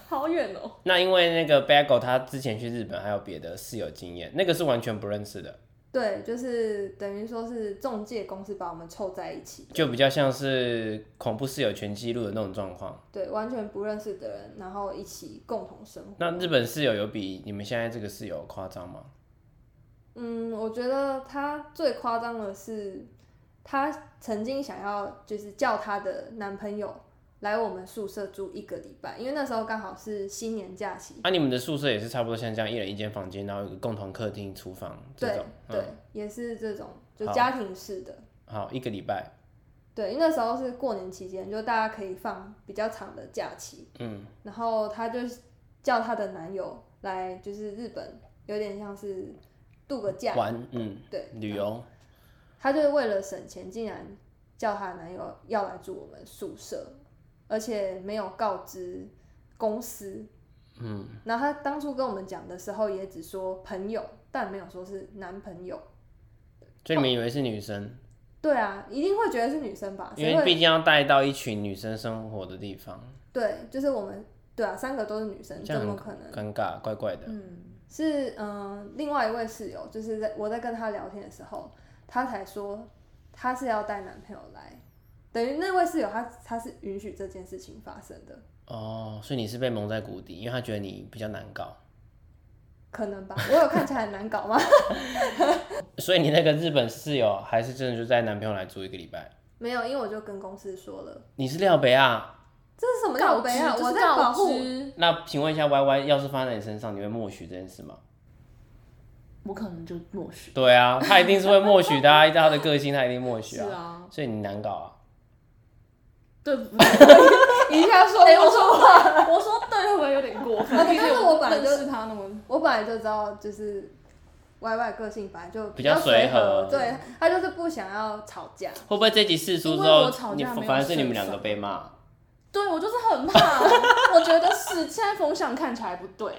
Speaker 3: 好远哦、
Speaker 1: 那因为那个 Bagel 他之前去日本还有别的室友经验，那个是完全不认识的，
Speaker 2: 对，就是等于说是中介公司把我们凑在一起，
Speaker 1: 就比较像是恐怖室友全记录的那种状况。
Speaker 2: 对，完全不认识的人，然后一起共同生活。
Speaker 1: 那日本室友有比你们现在这个室友夸张吗？
Speaker 2: 嗯，我觉得她最夸张的是，她曾经想要就是叫她的男朋友来我们宿舍住一个礼拜，因为那时候刚好是新年假期。
Speaker 1: 啊，你们的宿舍也是差不多像这样，一人一间房间，然后有个共同客厅、厨房这
Speaker 2: 对
Speaker 1: 种。
Speaker 2: 对
Speaker 1: 嗯，，
Speaker 2: 也是这种就
Speaker 1: 好
Speaker 2: 家庭式的。
Speaker 1: 好，一个礼拜。
Speaker 2: 对，因为那时候是过年期间，就大家可以放比较长的假期。
Speaker 1: 嗯，
Speaker 2: 然后她就叫她的男友来，就是日本，有点像是度个假。
Speaker 1: 玩，嗯，
Speaker 2: 对，
Speaker 1: 旅游，
Speaker 2: 她就是为了省钱，竟然叫她男友要来住我们宿舍，而且没有告知公司。嗯，然后她当初跟我们讲的时候，也只说朋友，但没有说是男朋友。嗯
Speaker 1: 所以你们以为是女生，
Speaker 2: 对啊，一定会觉得是女生吧？
Speaker 1: 因
Speaker 2: 谁
Speaker 1: 为
Speaker 2: 会？
Speaker 1: 毕竟要带到一群女生生活的地方。
Speaker 2: 对，就是我们对啊，三个都是女生，
Speaker 1: 这
Speaker 2: 怎
Speaker 1: 样
Speaker 2: 么可能？
Speaker 1: 尴尬，怪怪的。
Speaker 3: 嗯，
Speaker 2: 是嗯、呃另外一位室友，就是在我在跟她聊天的时候，她才说她是要带男朋友来，等于那位室友她她是允许这件事情发生的，
Speaker 1: 哦，所以你是被蒙在鼓底，因为他觉得你比较难搞，
Speaker 2: 可能吧？我有看起来很难搞吗？
Speaker 1: 所以你那个日本室友还是真的就带男朋友来住一个礼拜。
Speaker 2: 没有，因为我就跟公司说了，
Speaker 1: 你是廖北啊？
Speaker 2: 这是什么
Speaker 3: 告
Speaker 2: 叫北啊？
Speaker 3: 知
Speaker 2: 我
Speaker 3: 这
Speaker 2: 在
Speaker 3: 是告
Speaker 2: 保护
Speaker 3: 知
Speaker 1: 那请问一下，Y Y 要是发生在你身上，你会默许这件事吗？
Speaker 3: 我可能就默许。
Speaker 1: 对啊，他一定是会默许的、 啊，依照他的个性，他一定默许啊。
Speaker 3: 啊，
Speaker 1: 所以你难搞啊？
Speaker 3: 对不对？
Speaker 2: 一下说
Speaker 3: 哎我
Speaker 2: 不出 话。
Speaker 3: 我说对会不会有点过分？
Speaker 2: 啊
Speaker 3: 毕
Speaker 2: 但
Speaker 3: 竟
Speaker 2: 是我本来就
Speaker 3: 认识他那么
Speaker 2: 我本来就知道，就是 Y Y 个性本来就
Speaker 1: 比较随
Speaker 2: 随
Speaker 1: 和
Speaker 2: 对他就是不想要吵架。
Speaker 1: 会不会这集试出之
Speaker 3: 因为
Speaker 1: 后
Speaker 3: 我吵，
Speaker 1: 你
Speaker 3: 架没有
Speaker 1: 反而是你们两
Speaker 3: 胜
Speaker 1: 个
Speaker 3: 算
Speaker 1: 被骂？
Speaker 3: 对我就是很 怕，我觉得是现在风向看起来不对，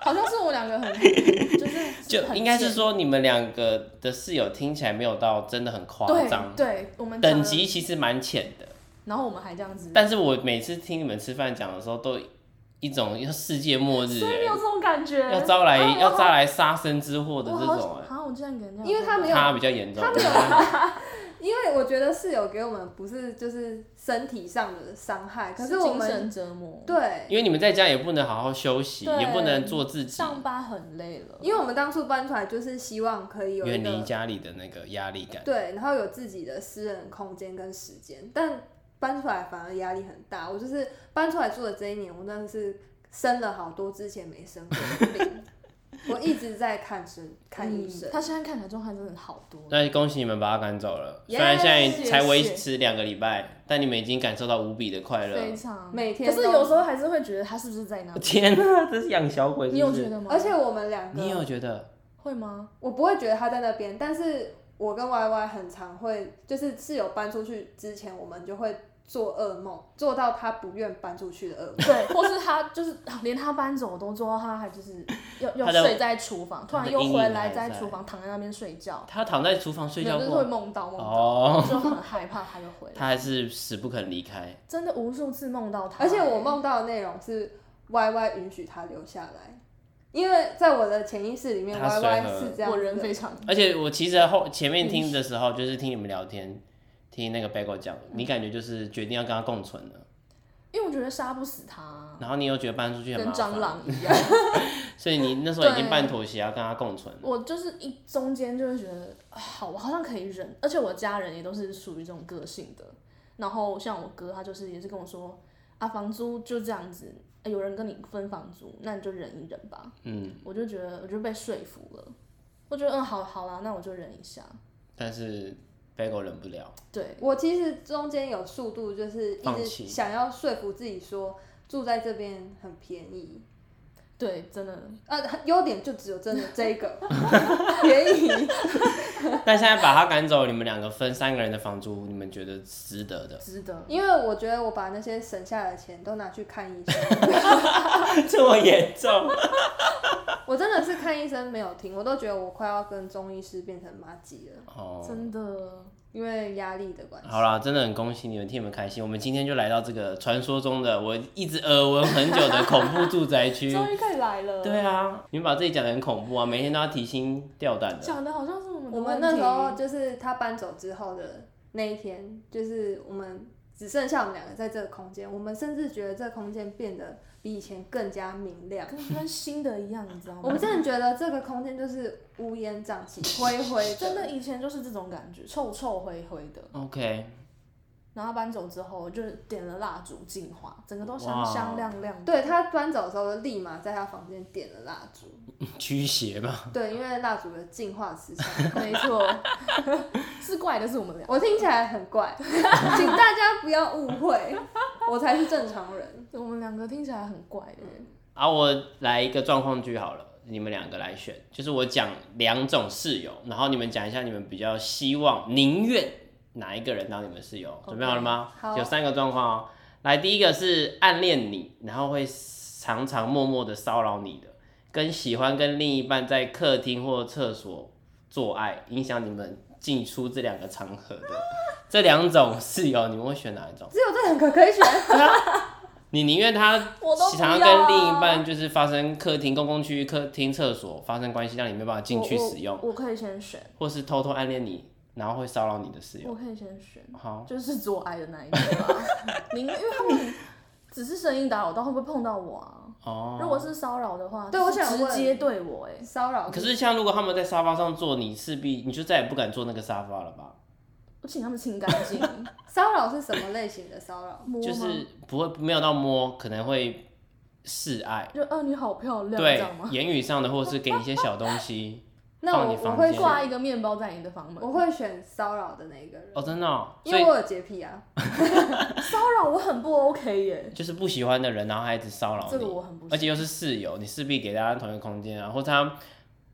Speaker 3: 好像是我两个很就是
Speaker 1: 就
Speaker 3: 很
Speaker 1: 应该是
Speaker 3: 贱
Speaker 1: 说你们两个的室友听起来没有到真的很夸
Speaker 3: 对
Speaker 1: 张，
Speaker 3: 对，我们讲
Speaker 1: 等
Speaker 3: 了，
Speaker 1: 级其实蛮浅的。
Speaker 3: 然后我们还这样子，
Speaker 1: 但是我每次听你们吃饭讲的时候，都一种要世界末日、
Speaker 3: 所以你有
Speaker 1: 欸，
Speaker 3: 这种感觉，
Speaker 1: 要招来、
Speaker 3: 啊
Speaker 1: 要招来杀身之祸的
Speaker 3: 我
Speaker 1: 这
Speaker 3: 好
Speaker 1: 种、欸，
Speaker 3: 好，我这样给人家，
Speaker 2: 因为他没有
Speaker 1: 他比较严重。
Speaker 2: 他没有
Speaker 1: 对
Speaker 2: 因为我觉得室友给我们不是就是身体上的伤害，可
Speaker 3: 是
Speaker 2: 我
Speaker 3: 精
Speaker 2: 们
Speaker 3: 神折磨，，
Speaker 2: 对，
Speaker 1: 因为你们在家也不能好好休息，
Speaker 2: 对
Speaker 1: 也不能做自己，
Speaker 3: 上班很累了，
Speaker 2: 因为我们当初搬出来就是希望可以有一
Speaker 1: 远离
Speaker 2: 个
Speaker 1: 家里的那个压力感。
Speaker 2: 对，然后有自己的私人空间跟时间，但搬出来反而压力很大。我就是搬出来住的这一年，我真的是生了好多之前没生过的 病，我一直在看生看医生
Speaker 3: 嗯。他现在看起来状态真的好多，
Speaker 1: 那恭喜你们把他赶走了，
Speaker 2: 耶
Speaker 1: 虽然现在才维
Speaker 3: 谢
Speaker 1: 持两个礼拜，但你们已经感受到无比的快乐
Speaker 3: 非。常
Speaker 2: 每天
Speaker 3: 可是
Speaker 2: 都
Speaker 3: 有时候还是会觉得他是不是在那？
Speaker 1: 天哪、这是养小鬼是
Speaker 3: 你有
Speaker 1: 不是
Speaker 3: 觉？得吗？
Speaker 2: 而且我们两
Speaker 1: 你有
Speaker 2: 个，
Speaker 1: 觉得？
Speaker 3: 会吗？
Speaker 2: 我不会觉得他在那边，但是我跟 Y Y 很常会，就是室友搬出去之前，我们就会做噩梦，做到他不愿搬出去的噩梦。
Speaker 3: 对，或是他就是啊连他搬走都之后，他 还就是要要
Speaker 1: 他的
Speaker 3: 睡在厨房，突然又回
Speaker 1: 他的
Speaker 3: 来
Speaker 1: 阴影还
Speaker 3: 在
Speaker 1: 在
Speaker 3: 厨房躺在那边睡觉，
Speaker 1: 他躺在厨房睡
Speaker 3: 没
Speaker 1: 觉
Speaker 3: 有就是会
Speaker 1: 过
Speaker 3: 梦到梦到，
Speaker 1: 哦，
Speaker 3: 就很害怕他又 回来，
Speaker 1: 他还是死不肯离开。
Speaker 3: 真的无数次梦到他，欸
Speaker 2: 而且我梦到的内容是 Y Y 允许他留下来，因为在我的潜意识里面
Speaker 1: 他
Speaker 2: ，Y
Speaker 1: 随
Speaker 2: Y
Speaker 1: 和
Speaker 2: 是这样
Speaker 3: 我
Speaker 2: 子
Speaker 3: 人
Speaker 2: 的。
Speaker 3: 非常
Speaker 1: 而且我其实后前面
Speaker 2: 嗯
Speaker 1: 听的时候，就是听你们聊天，听那个 b a g o 讲，
Speaker 2: 嗯
Speaker 1: 你感觉就是决定要跟他共存了，
Speaker 3: 因为我觉得杀不死
Speaker 2: 嗯
Speaker 3: 他，
Speaker 1: 然后你又觉得搬出去很
Speaker 3: 跟
Speaker 1: 麻
Speaker 3: 蟑
Speaker 1: 烦，
Speaker 3: 螂一 样。
Speaker 1: 所以你那时候已经
Speaker 3: 对
Speaker 1: 半妥协要跟他共存了。
Speaker 3: 我就是一中间就会觉得，啊好，我好像可以忍，而且我家人也都是属于这种个性的。然后像我哥，他就是也是跟我说，啊，房租就这样子，啊有人跟你分房租，那你就忍一忍吧。
Speaker 1: 嗯，
Speaker 3: 我就觉得，我就被说服了，我觉得，嗯，好好啦，那我就忍一下。
Speaker 1: 但是 b a g o 忍不了，
Speaker 3: 对，
Speaker 2: 我其实中间有速度，就是一
Speaker 1: 放
Speaker 2: 直
Speaker 1: 弃
Speaker 2: 想要说服自己说住在这边很便宜，
Speaker 3: 对，真的，
Speaker 2: 呃，优点就只有真的这一个 便宜。
Speaker 1: 但现在把他赶走，你们两个分三个人的房租，你们觉得值得的？
Speaker 3: 值得。
Speaker 2: 因为我觉得我把那些省下来的钱都拿去看医生，
Speaker 1: 这么严 重？
Speaker 2: 我真的是看医生没有停，我都觉得我快要跟中医师变成妈鸡了，
Speaker 1: 哦，
Speaker 3: 真的，
Speaker 2: 因为压力的关系。
Speaker 1: 好啦，真的很恭喜你们，替你们开心。我们今天就来到这个传说中的我一直耳闻很久的恐怖住宅区。
Speaker 3: 终于可以来了。
Speaker 1: 对，啊，你们把自己讲的很恐怖啊，每天都要提心吊胆的。
Speaker 3: 讲的好像是我们的
Speaker 2: 我
Speaker 3: 问
Speaker 2: 们那时候
Speaker 3: 题
Speaker 2: 就是他搬走之后的那一天，就是我们只剩下我们两个在这个空间，我们甚至觉得这个空间变得比以前更加明亮。
Speaker 3: 跟跟新的一样，你知道吗？
Speaker 2: 我们真的觉得这个空间就是乌烟瘴气、灰灰 的，
Speaker 3: 真的以前就是这种感觉，臭臭灰灰的。
Speaker 1: OK，
Speaker 3: 然后搬走之后，就是点了蜡烛净化，整个都香
Speaker 1: 哇哦
Speaker 3: 香亮亮的。
Speaker 2: 对他搬走的时候，就立马在他房间点了蜡烛。
Speaker 1: 驱邪吧。
Speaker 2: 对，因为蜡烛的净化磁场，
Speaker 3: 没错， 是怪的是我们俩。
Speaker 2: 我听起来很怪， 请大家不要误会，我才是正常人。
Speaker 3: 我们两个听起来很怪的，
Speaker 1: 啊，我来一个状况剧好了，你们两个来选，就是我讲两种室友，然后你们讲一下你们比较希望宁愿哪一个人当你们室友
Speaker 3: OK
Speaker 1: 准备好了吗？
Speaker 2: 好
Speaker 1: 有三个状况哦。来，第一个是暗恋你，然后会常常默默的骚扰你的，跟喜欢跟另一半在客厅或厕所做爱，影响你们进出这两个场合的。这两种室友，你们会选哪一种？
Speaker 2: 只有这两个可以选，
Speaker 1: 你宁愿他
Speaker 3: 我都不
Speaker 1: 常常
Speaker 3: 要
Speaker 1: 跟
Speaker 3: 啊
Speaker 1: 另一半就是发生客厅、公共区域、客厅、厕所发生关系，让你没办法进去使用，
Speaker 3: 我我我可以先选，
Speaker 1: 或是偷偷暗恋你，然后会骚扰你的室友。
Speaker 3: 我可以先选，
Speaker 1: 好，
Speaker 3: 就是做爱的那一个 啊。你因为他们只是声音打扰到，会不会碰到我啊？
Speaker 1: 哦。
Speaker 3: 如果是骚扰的话，
Speaker 2: 对我
Speaker 3: 是
Speaker 2: 想问
Speaker 3: 直接对我哎、
Speaker 2: 骚扰
Speaker 1: 可是像如果他们在沙发上坐，你势必你就再也不敢坐那个沙发了吧？
Speaker 3: 我请他们清干 净，
Speaker 2: 骚扰是什么类型的骚扰？
Speaker 3: 摸吗
Speaker 1: 就是不会没有到摸，可能会示爱，
Speaker 3: 就啊你好漂亮，这
Speaker 1: 对
Speaker 3: 样，吗？
Speaker 1: 言语上的，或者是给你一些小东西。
Speaker 2: 那
Speaker 1: 放
Speaker 2: 我
Speaker 1: 你
Speaker 2: 我
Speaker 1: 房
Speaker 2: 会
Speaker 1: 间
Speaker 2: 挂，
Speaker 3: 挂一个面包在你的房门，
Speaker 2: 我会选骚扰的那一个人，
Speaker 1: 哦，真的、哦，
Speaker 2: 因
Speaker 1: 所
Speaker 2: 为
Speaker 1: 以
Speaker 2: 我有洁癖啊。
Speaker 3: 骚扰我很不 OK 耶，
Speaker 1: 就是不喜欢的人，然后还一直骚扰
Speaker 3: 这个
Speaker 1: 哦你，
Speaker 3: 我很不
Speaker 1: 而
Speaker 3: 行，
Speaker 1: 且又是室友，你势必给大家同一个空间啊，或者他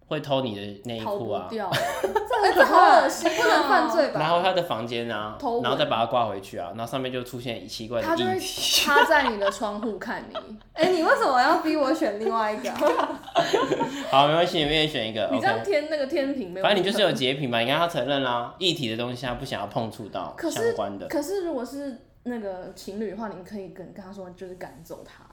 Speaker 1: 会偷你的内
Speaker 3: 逃
Speaker 1: 裤
Speaker 3: 不
Speaker 1: 啊，
Speaker 3: 掉，
Speaker 2: 这
Speaker 3: 这好恶
Speaker 2: 心，啊
Speaker 3: 心
Speaker 2: 不能犯罪
Speaker 1: 然
Speaker 2: 吧？
Speaker 1: 后他的房间啊
Speaker 3: 偷，
Speaker 1: 然后
Speaker 3: 闻
Speaker 1: 再把它挂回去啊，然后上面就出现奇怪
Speaker 3: 他
Speaker 1: 的
Speaker 3: 就
Speaker 1: 印
Speaker 3: 会
Speaker 1: 记。
Speaker 3: 趴在你的窗户看
Speaker 1: 哦
Speaker 3: 你。
Speaker 2: 哎，你为什么要逼我选另外一个啊？
Speaker 1: 好，没关系，你愿意选一个
Speaker 3: 你这样
Speaker 1: ，OK。
Speaker 3: 天那个天平没有，
Speaker 1: 反正你就是有洁癖嘛，你看他承认啦，一体的东西他不想要碰触到
Speaker 3: 可是
Speaker 1: 相关的。
Speaker 3: 可是如果是那个情侣的话，你可以跟跟他说，就是赶走他，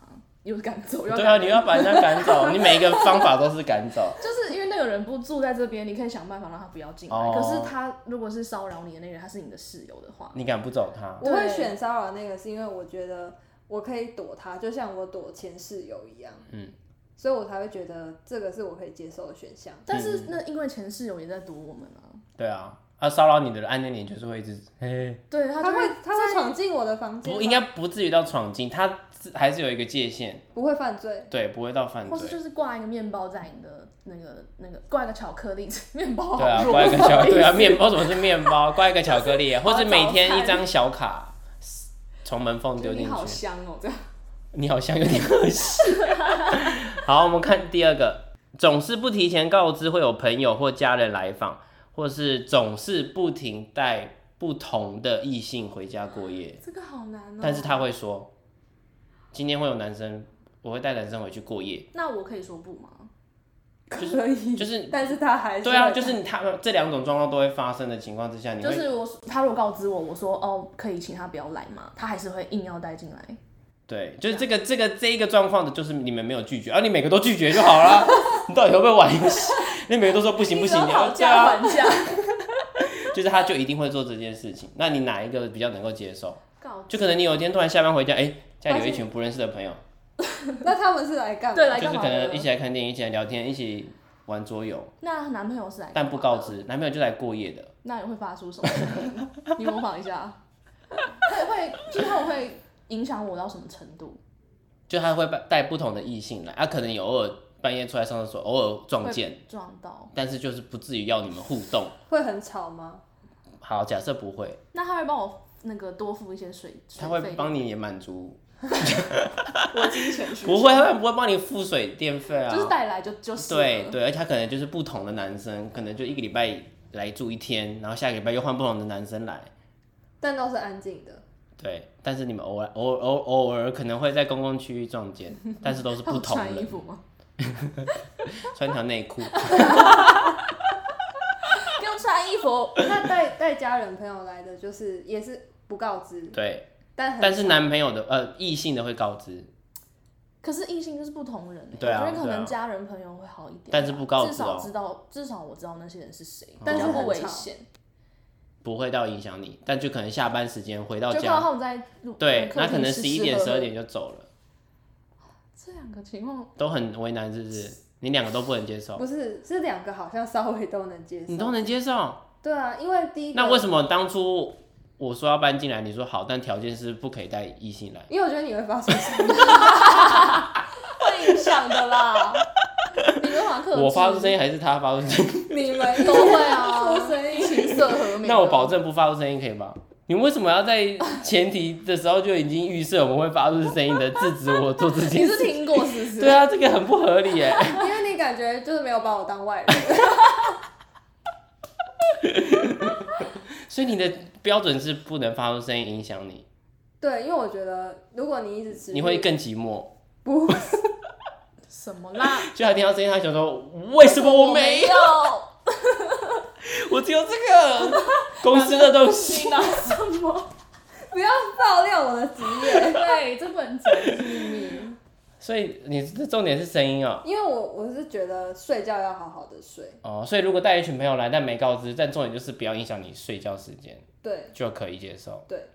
Speaker 3: 有赶走，要
Speaker 1: 对啊，
Speaker 3: 赶
Speaker 1: 你要把人家赶 走，你每一个方法都是赶走。
Speaker 3: 就是因为那个人不住在这边，你可以想办法让他不要进来。
Speaker 1: 哦嗯
Speaker 3: 可是他如果是骚扰你的那个人，他是你的室友的话，
Speaker 1: 你赶不走他，
Speaker 2: 我会
Speaker 3: 对
Speaker 2: 选骚扰那个，是因为我觉得我可以躲他，就像我躲前室友一样。
Speaker 1: 嗯，
Speaker 2: 所以我才会觉得这个是我可以接受的选项。
Speaker 3: 但是那因为前室友也在堵我们啊，
Speaker 1: 对啊，啊骚扰你的人暗恋你就是会一直，嘿，
Speaker 3: 对他
Speaker 2: 他
Speaker 3: 就
Speaker 2: 会他会
Speaker 3: 在
Speaker 2: 闯进我的房间吗，
Speaker 1: 不应该不至于到闯进，他自还是有一个界限，
Speaker 2: 不会犯罪。
Speaker 1: 对，不会到犯
Speaker 3: 或是
Speaker 1: 罪。
Speaker 3: 就是挂一个面包在你的那个那个挂一个巧克力面包好
Speaker 1: 对啊，
Speaker 3: 弱
Speaker 1: 挂一个
Speaker 3: 哦不
Speaker 1: 巧
Speaker 3: 好意思
Speaker 1: 对啊，面包怎么是面包？挂一个巧克力，啊 或者每天
Speaker 3: 早餐
Speaker 1: 一张小卡从门缝
Speaker 3: 就
Speaker 1: 丢
Speaker 3: 你
Speaker 1: 进去
Speaker 3: 好。香哦、这样
Speaker 1: 你好像有点恶心。 好，我们看第二个，总是不提前告知会有朋友或家人来访，或是总是不停带不同的异性回家过夜，
Speaker 3: 这个好难哦、
Speaker 1: 但是他会说，今天会有男生，我会带男生回去过夜，
Speaker 3: 那我可以说不吗？
Speaker 1: 就是
Speaker 2: 可以，
Speaker 1: 就是
Speaker 2: 但是他还是
Speaker 1: 对啊，
Speaker 2: 会
Speaker 1: 就是你他们这两种状况都会发生的情况之下，你
Speaker 3: 就
Speaker 1: 会
Speaker 3: 是我他如果告知我，我说哦可以请他不要来嘛，他还是会硬要带进来。
Speaker 1: 对，啊就是这个这个这一个状况的，就是你们没有拒绝，而、啊、你每个都拒绝就好 了。你到底会不会玩游戏？你每个都说不行不行，
Speaker 3: 一
Speaker 1: 你
Speaker 3: 直
Speaker 1: 要
Speaker 3: 要讨
Speaker 1: 对啊
Speaker 3: 价，还价，
Speaker 1: 就是他就一定会做这件事情。那你哪一个比较能够接受？
Speaker 3: 告
Speaker 1: 就可能你有一天突然下班回家，哎、家里有一群不认识的朋友，
Speaker 2: 那他们是来干嘛？
Speaker 3: 对来
Speaker 1: 就是
Speaker 3: 干嘛
Speaker 1: 可能一
Speaker 3: 的？
Speaker 1: 起来看电影，一起来聊天，一起玩桌游，
Speaker 3: 那男朋友是来，
Speaker 1: 但不告，知男朋友就来过夜的。
Speaker 3: 那你会发出什么声音？你模仿一下，会会就是他们会影响我到什么程度？
Speaker 1: 就他会带不同的异性来，啊，可能有偶尔半夜出来上厕所，偶尔撞见，
Speaker 3: 会撞到，
Speaker 1: 但是就是不至于要你们互动。
Speaker 2: 会很吵吗？
Speaker 1: 好，假设不会，
Speaker 3: 那他会帮我那个多付一些水，
Speaker 1: 他会
Speaker 3: 水费
Speaker 1: 帮你也满足，
Speaker 3: 我金钱 需求
Speaker 1: 不会，他不会帮你付水电费啊。
Speaker 3: 就是带来就就是了啊
Speaker 1: 对对，而且他可能就是不同的男生，可能就一个礼拜来住一天，然后下个礼拜又换不同的男生来。
Speaker 2: 但都是安静的，
Speaker 1: 对，但是你们偶尔偶偶偶尔可能会在公共区域撞见，但是都是
Speaker 3: 他
Speaker 1: 不
Speaker 3: 有
Speaker 1: 同
Speaker 3: 穿衣
Speaker 1: 的，
Speaker 3: 服吗？
Speaker 1: 穿条内裤。
Speaker 3: 不用穿衣服，
Speaker 2: 那带带家人朋友来的，就是也是不告知，
Speaker 1: 对，
Speaker 2: 但很
Speaker 1: 但是男朋友的呃异性的会告知，
Speaker 3: 可是异性就是不同人欸，
Speaker 1: 对啊
Speaker 3: 我觉得可
Speaker 1: 对啊
Speaker 3: 能家人朋友会好一点吧，啊
Speaker 1: 但是不告知哦
Speaker 3: 至少知道，至少我知道那些人是谁，
Speaker 2: 但
Speaker 1: 是
Speaker 3: 比较
Speaker 2: 很
Speaker 3: 不危
Speaker 2: 吵
Speaker 3: 险。
Speaker 1: 不会到影响你，但就可能下班时间回到
Speaker 3: 就看到
Speaker 1: 家，
Speaker 3: 他们在路
Speaker 1: 对，
Speaker 3: 客
Speaker 1: 那
Speaker 3: 厅
Speaker 1: 可能
Speaker 3: 吃
Speaker 1: 十一
Speaker 3: 吃
Speaker 1: 点
Speaker 3: 喝
Speaker 1: 十
Speaker 3: 喝
Speaker 1: 二点就走了，
Speaker 3: 这两个情况，
Speaker 1: 都很为难，是不是？你两个都不能接受，
Speaker 2: 不是是两个好像稍微都能接受，
Speaker 1: 你都能接受，
Speaker 2: 对啊，因为第一个
Speaker 1: 那为什么当初我说要搬进来，你说好，但条件是不可以带异性来？
Speaker 2: 因为我觉得你会发生什么？
Speaker 3: 会影响的啦。 你没法克制，
Speaker 1: 我发出声音还是他发出声音？
Speaker 2: 你们
Speaker 3: 都会啊，
Speaker 2: 出声
Speaker 3: 一
Speaker 2: 音。
Speaker 3: 情色和 鸣。
Speaker 1: 那我保证不发出声音可以吗？你为什么要在前提的时候就已经预设我们会发出声音的，制止我做这
Speaker 3: 你
Speaker 1: 件
Speaker 3: 是
Speaker 1: 事？
Speaker 3: 听过是不是？
Speaker 1: 对啊，这个很不合理耶。
Speaker 2: 因为你感觉就是没有把我当外人，
Speaker 1: 所以你的标准是不能发出声音影响你，
Speaker 2: 对，因为我觉得如果你一直持续，
Speaker 1: 你会更寂寞。
Speaker 2: 不
Speaker 3: 什么啦？
Speaker 1: 就他听到声音，他想说：为什么我没
Speaker 3: 没
Speaker 1: 有？
Speaker 3: 有？
Speaker 1: 我只有这个公司的东西。
Speaker 3: 你拿什么？
Speaker 2: 不要爆料我的职业，
Speaker 3: 对，这不能讲是秘密。
Speaker 1: 所以你这重点是声音哦。
Speaker 2: 因为我我是觉得睡觉要好好的睡，
Speaker 1: 哦，所以如果带一群朋友来，但没告知，但重点就是不要影响你睡觉时间，
Speaker 2: 对
Speaker 1: 就可以接受。
Speaker 2: 对，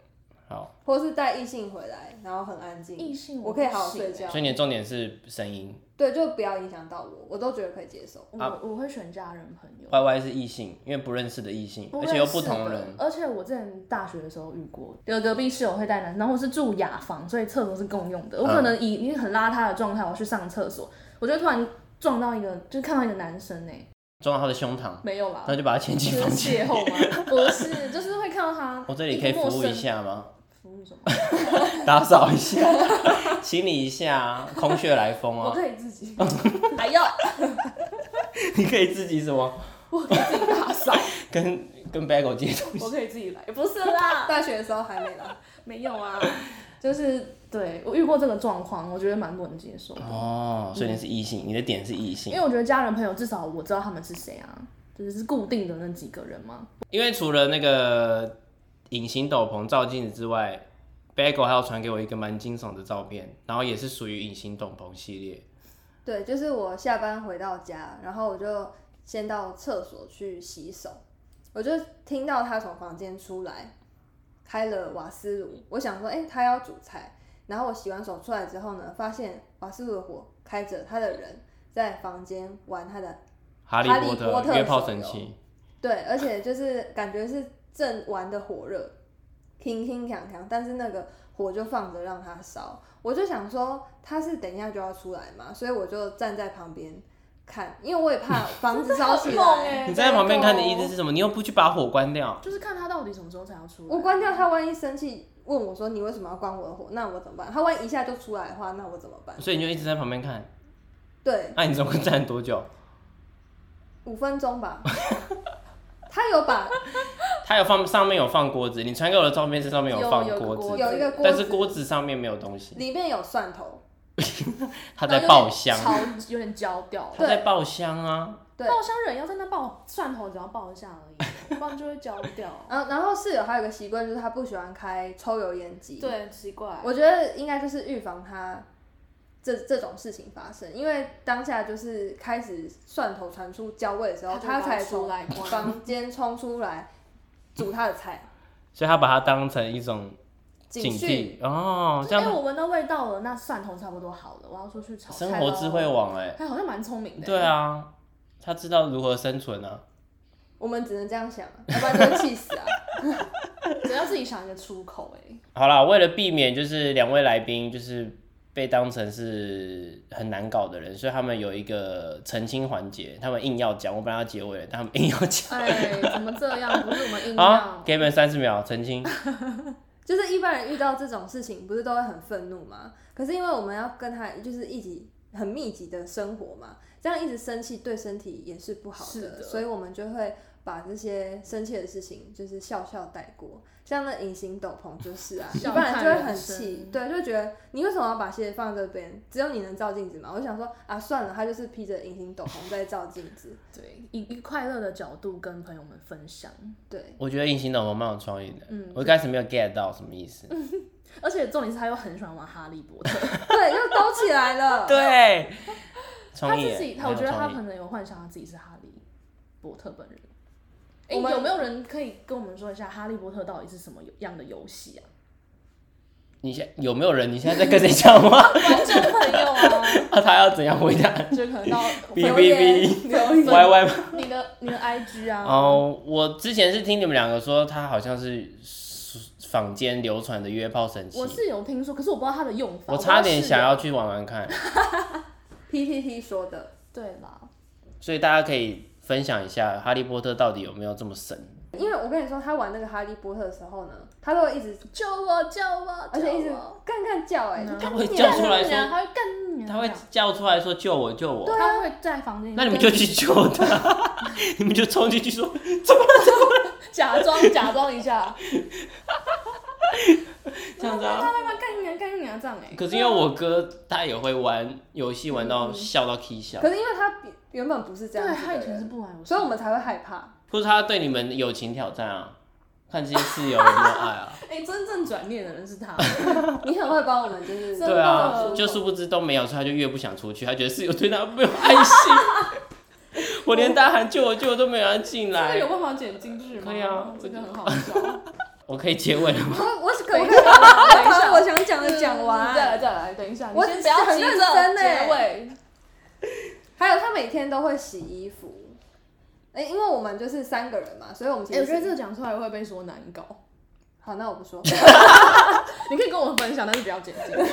Speaker 1: 好，
Speaker 2: 或是带异性回来，然后很安静，
Speaker 3: 异性
Speaker 2: 我可以好好睡觉
Speaker 1: 所以你的重点是声音
Speaker 2: 对，就不要影响到我，我都觉得可以接受。
Speaker 3: 我我会选家人朋友，
Speaker 1: ，Y Y 是异性，因为不认识的异性，啊而且又不同人，
Speaker 3: 而且我之前大学的时候遇过，有隔壁室友会带男，然后我是住雅房，所以厕所是共用
Speaker 1: 嗯
Speaker 3: 的。我可能以一个很邋遢的状态，我去上厕所，我就突然撞到一个，就是看到一个男生呢、欸
Speaker 1: 撞到他的胸膛，
Speaker 3: 没有啦，
Speaker 1: 那就把他牵进
Speaker 3: 是
Speaker 1: 房间。
Speaker 3: 邂 逅吗？不是，就是会看到他。
Speaker 1: 我这里可以服务一，下吗？
Speaker 3: 服务什么？
Speaker 1: 打扫一 下，清理一下，空穴来风
Speaker 3: 我
Speaker 1: 啊！
Speaker 3: 可以自己，哎
Speaker 2: 还 要
Speaker 1: 你可以自己什么
Speaker 3: 我可以自己打扫，
Speaker 1: 跟跟 Bagel 接东西
Speaker 3: 我可以自己来，不是啦，
Speaker 2: 大学的时候还没来，
Speaker 3: 没有啊，就是对我遇过这个状况，我觉得蛮不能接受的。
Speaker 1: 哦，所以你是异性，你的点是异性
Speaker 3: 因，为我觉得家人朋友至少我知道他们是谁啊，就是是固定的那几个人嘛。
Speaker 1: 因为除了那个隐形斗篷照镜子之外，Bagel 还有传给我一个蛮惊悚的照片，然后也是属于隐形斗篷系列。
Speaker 2: 对，就是我下班回到家，然后我就先到厕所去洗手，我就听到他从房间出来，开了瓦斯炉，我想说，哎、他要煮菜。然后我洗完手出来之后呢，发现瓦斯炉的火开着，他的人在房间玩他的，
Speaker 1: 哈利
Speaker 2: 哈利
Speaker 1: 波
Speaker 2: 波特
Speaker 1: 特约炮神
Speaker 2: 手
Speaker 1: 器，
Speaker 2: 对，而且就是感觉是正玩的火热，铿铿锵锵，但是那个火就放着让它烧。我就想说，他是等一下就要出来嘛，所以我就站在旁边看，因为我也怕房子烧起
Speaker 3: 欸
Speaker 2: 来。
Speaker 1: 你站在旁边看的意思是什么？你又不去把火关掉，
Speaker 3: 哦就是看他到底什么时候才要出来。
Speaker 2: 我关掉他，万一生气问我说你为什么要关我的火，那我怎么办？他万一一下就出来的话，那我怎么办？
Speaker 1: 所以你就一直在旁边看。
Speaker 2: 对，
Speaker 1: 那、你总共站多久？
Speaker 2: 五分 钟吧。他有把
Speaker 1: 它有放上面有放锅子，你传给我的照片是上面
Speaker 3: 有
Speaker 1: 放
Speaker 3: 有个
Speaker 1: 锅
Speaker 3: 锅
Speaker 1: 子，
Speaker 3: 子
Speaker 2: 有一个锅
Speaker 1: 但是
Speaker 2: 子，
Speaker 1: 锅子上面没有东西，
Speaker 2: 里面有蒜头，
Speaker 1: 它在爆香，
Speaker 3: 潮有点焦掉。
Speaker 1: 它在爆香啊！
Speaker 2: 对
Speaker 3: 爆香人要在那爆蒜头，只要爆一下而 已，不然就会焦掉。
Speaker 2: 然后然后室友还有个习惯就是他不喜欢开抽油烟机，
Speaker 3: 对，很奇怪。
Speaker 2: 我觉得应该就是预防他这这种事情发生，因为当下就是开始蒜头传出焦味的时候，他
Speaker 3: 他就
Speaker 2: 才
Speaker 3: 跑出
Speaker 2: 从
Speaker 3: 来关
Speaker 2: 房间冲出来煮他的菜，
Speaker 1: 所以他把它当成一种警
Speaker 2: 警讯。
Speaker 1: 惕哦，这
Speaker 3: 就
Speaker 1: 样
Speaker 3: 因为我闻到味道了，那蒜头差不多好了，我要出去炒菜
Speaker 1: 生
Speaker 3: 咯
Speaker 1: 活智慧，网哎、
Speaker 3: 他好像蛮聪明的。
Speaker 1: 对，啊，他知道如何生存啊。
Speaker 2: 我们只能这样想，要不然就会气死啊！
Speaker 3: 只要自己想一个出口，哎，
Speaker 1: 好啦，为了避免就是两位来宾就是被当成是很难搞的人，所以他们有一个澄清环节，他们硬要讲，我本来要结尾了，但他们硬要讲。
Speaker 3: 哎，怎么这样？不是我们硬
Speaker 1: 好
Speaker 3: 要，。
Speaker 1: 给你们三十秒澄清。
Speaker 2: 就是一般人遇到这种事情，不是都会很愤怒吗？可是因为我们要跟他就是一起很密集的生活嘛，这样一直生气对身体也是不好
Speaker 3: 是的
Speaker 2: 所以我们就会把这些生气的事情就是笑笑带过。像那隐形斗篷就是啊，一
Speaker 3: 笑
Speaker 2: 般人
Speaker 3: 看
Speaker 2: 就会
Speaker 3: 人
Speaker 2: 很
Speaker 3: 生
Speaker 2: 气，对，就觉得你为什么要把鞋放这边？只有你能照镜子嘛？我想说啊，算了，他就是披着隐形斗篷在照镜子，
Speaker 3: 对，以以快乐的角度跟朋友们分享，
Speaker 2: 对，
Speaker 1: 我觉得隐形斗篷蛮有创意的，
Speaker 3: 嗯
Speaker 1: 我一开始没有 get 到什么意思。
Speaker 3: 而且重点是他又很喜欢玩哈利波特，
Speaker 2: 对，又兜起来了，
Speaker 1: 对，
Speaker 3: 他
Speaker 1: 创意耶，
Speaker 3: 自己，他
Speaker 1: 很
Speaker 3: 我
Speaker 1: 有
Speaker 3: 觉得他
Speaker 1: 创意
Speaker 3: 可能有幻想他自己是哈利波特本人。哎、
Speaker 2: 我们
Speaker 3: 有没有人可以跟我们说一下哈利波特到底是什么样的游 戏啊？
Speaker 1: 你现有没有人？你现在在跟谁讲话？
Speaker 3: 观众朋友啊，
Speaker 1: 那他要怎样回答
Speaker 3: 就可能到
Speaker 1: 哔
Speaker 3: 留
Speaker 1: 哔
Speaker 3: 言
Speaker 1: 哔
Speaker 3: 留言
Speaker 1: ？Y Y
Speaker 3: 你的你的 IG 啊，
Speaker 1: 哦，我之前是听你们两个说，他好像是坊间流传的约炮神器
Speaker 3: 我，是有听说，可是我不知道它的用法。
Speaker 1: 我
Speaker 3: 不知道
Speaker 1: 差点
Speaker 3: 是
Speaker 1: 想要去玩玩看，
Speaker 2: ，PTT 说的。
Speaker 3: 对啦，
Speaker 1: 所以大家可以分享一下《哈利波特》到底有没有这么神？
Speaker 2: 因为我跟你说，他玩那个哈利波特的时候呢，他都会一直，
Speaker 3: 救我救我，
Speaker 2: 而且一直干干叫、哎、
Speaker 3: 嗯
Speaker 2: 就
Speaker 1: 他会
Speaker 2: 干
Speaker 1: 叫出来说
Speaker 3: 他会更娘
Speaker 1: 他会叫出来说“救我，救我
Speaker 2: 对
Speaker 3: 他
Speaker 2: 啊，
Speaker 3: 会在房间里，”，
Speaker 1: 那你们就去救他， 你们就冲进去说
Speaker 3: 假装假装一下，
Speaker 1: 这样子啊。
Speaker 3: 他会慢干娘干娘这样哎、
Speaker 1: 可是因为我哥他也会玩游戏，玩
Speaker 3: 嗯
Speaker 1: 到笑到 k 笑，
Speaker 2: 可是因为他比原本不是这样
Speaker 3: 对
Speaker 2: 子
Speaker 3: 他以
Speaker 2: 的
Speaker 3: 前是
Speaker 2: 人，
Speaker 3: 不玩游戏，
Speaker 2: 所以我们才会害怕。
Speaker 1: 或者他对你们友情挑战啊，看这些室友有没有爱啊。
Speaker 3: 哎、真正转念的人是他，
Speaker 2: 你很会帮我们， 就是
Speaker 3: 真的
Speaker 1: 对啊，就殊不知都没有，所以他就越不想出去，他觉得室友对他没有爱心。 我连大喊救我救我都没有人进
Speaker 3: 这个
Speaker 1: 来
Speaker 3: 有，办法剪进去吗？
Speaker 1: 可以啊
Speaker 3: 这个很好 笑。
Speaker 1: 我可以结尾了吗？
Speaker 2: 我我可
Speaker 3: 等
Speaker 2: 不
Speaker 3: 一下
Speaker 2: 可以
Speaker 3: 啊等一
Speaker 2: 把
Speaker 3: 下
Speaker 2: 我想讲的讲
Speaker 3: 再
Speaker 2: 完？
Speaker 3: 来再来，等一下，
Speaker 2: 我
Speaker 3: 你先不要急
Speaker 2: 很认真
Speaker 3: 着
Speaker 2: 欸
Speaker 3: 结尾。
Speaker 2: 还有他每天都会洗衣服，哎、因为我们就是三个人嘛，所以我们其
Speaker 3: 哎、
Speaker 2: 实
Speaker 3: 我觉得
Speaker 2: 是
Speaker 3: 这个讲出来会被说难搞，
Speaker 2: 好，那我 不说，
Speaker 3: 你可以跟我分享，但是不要剪进去，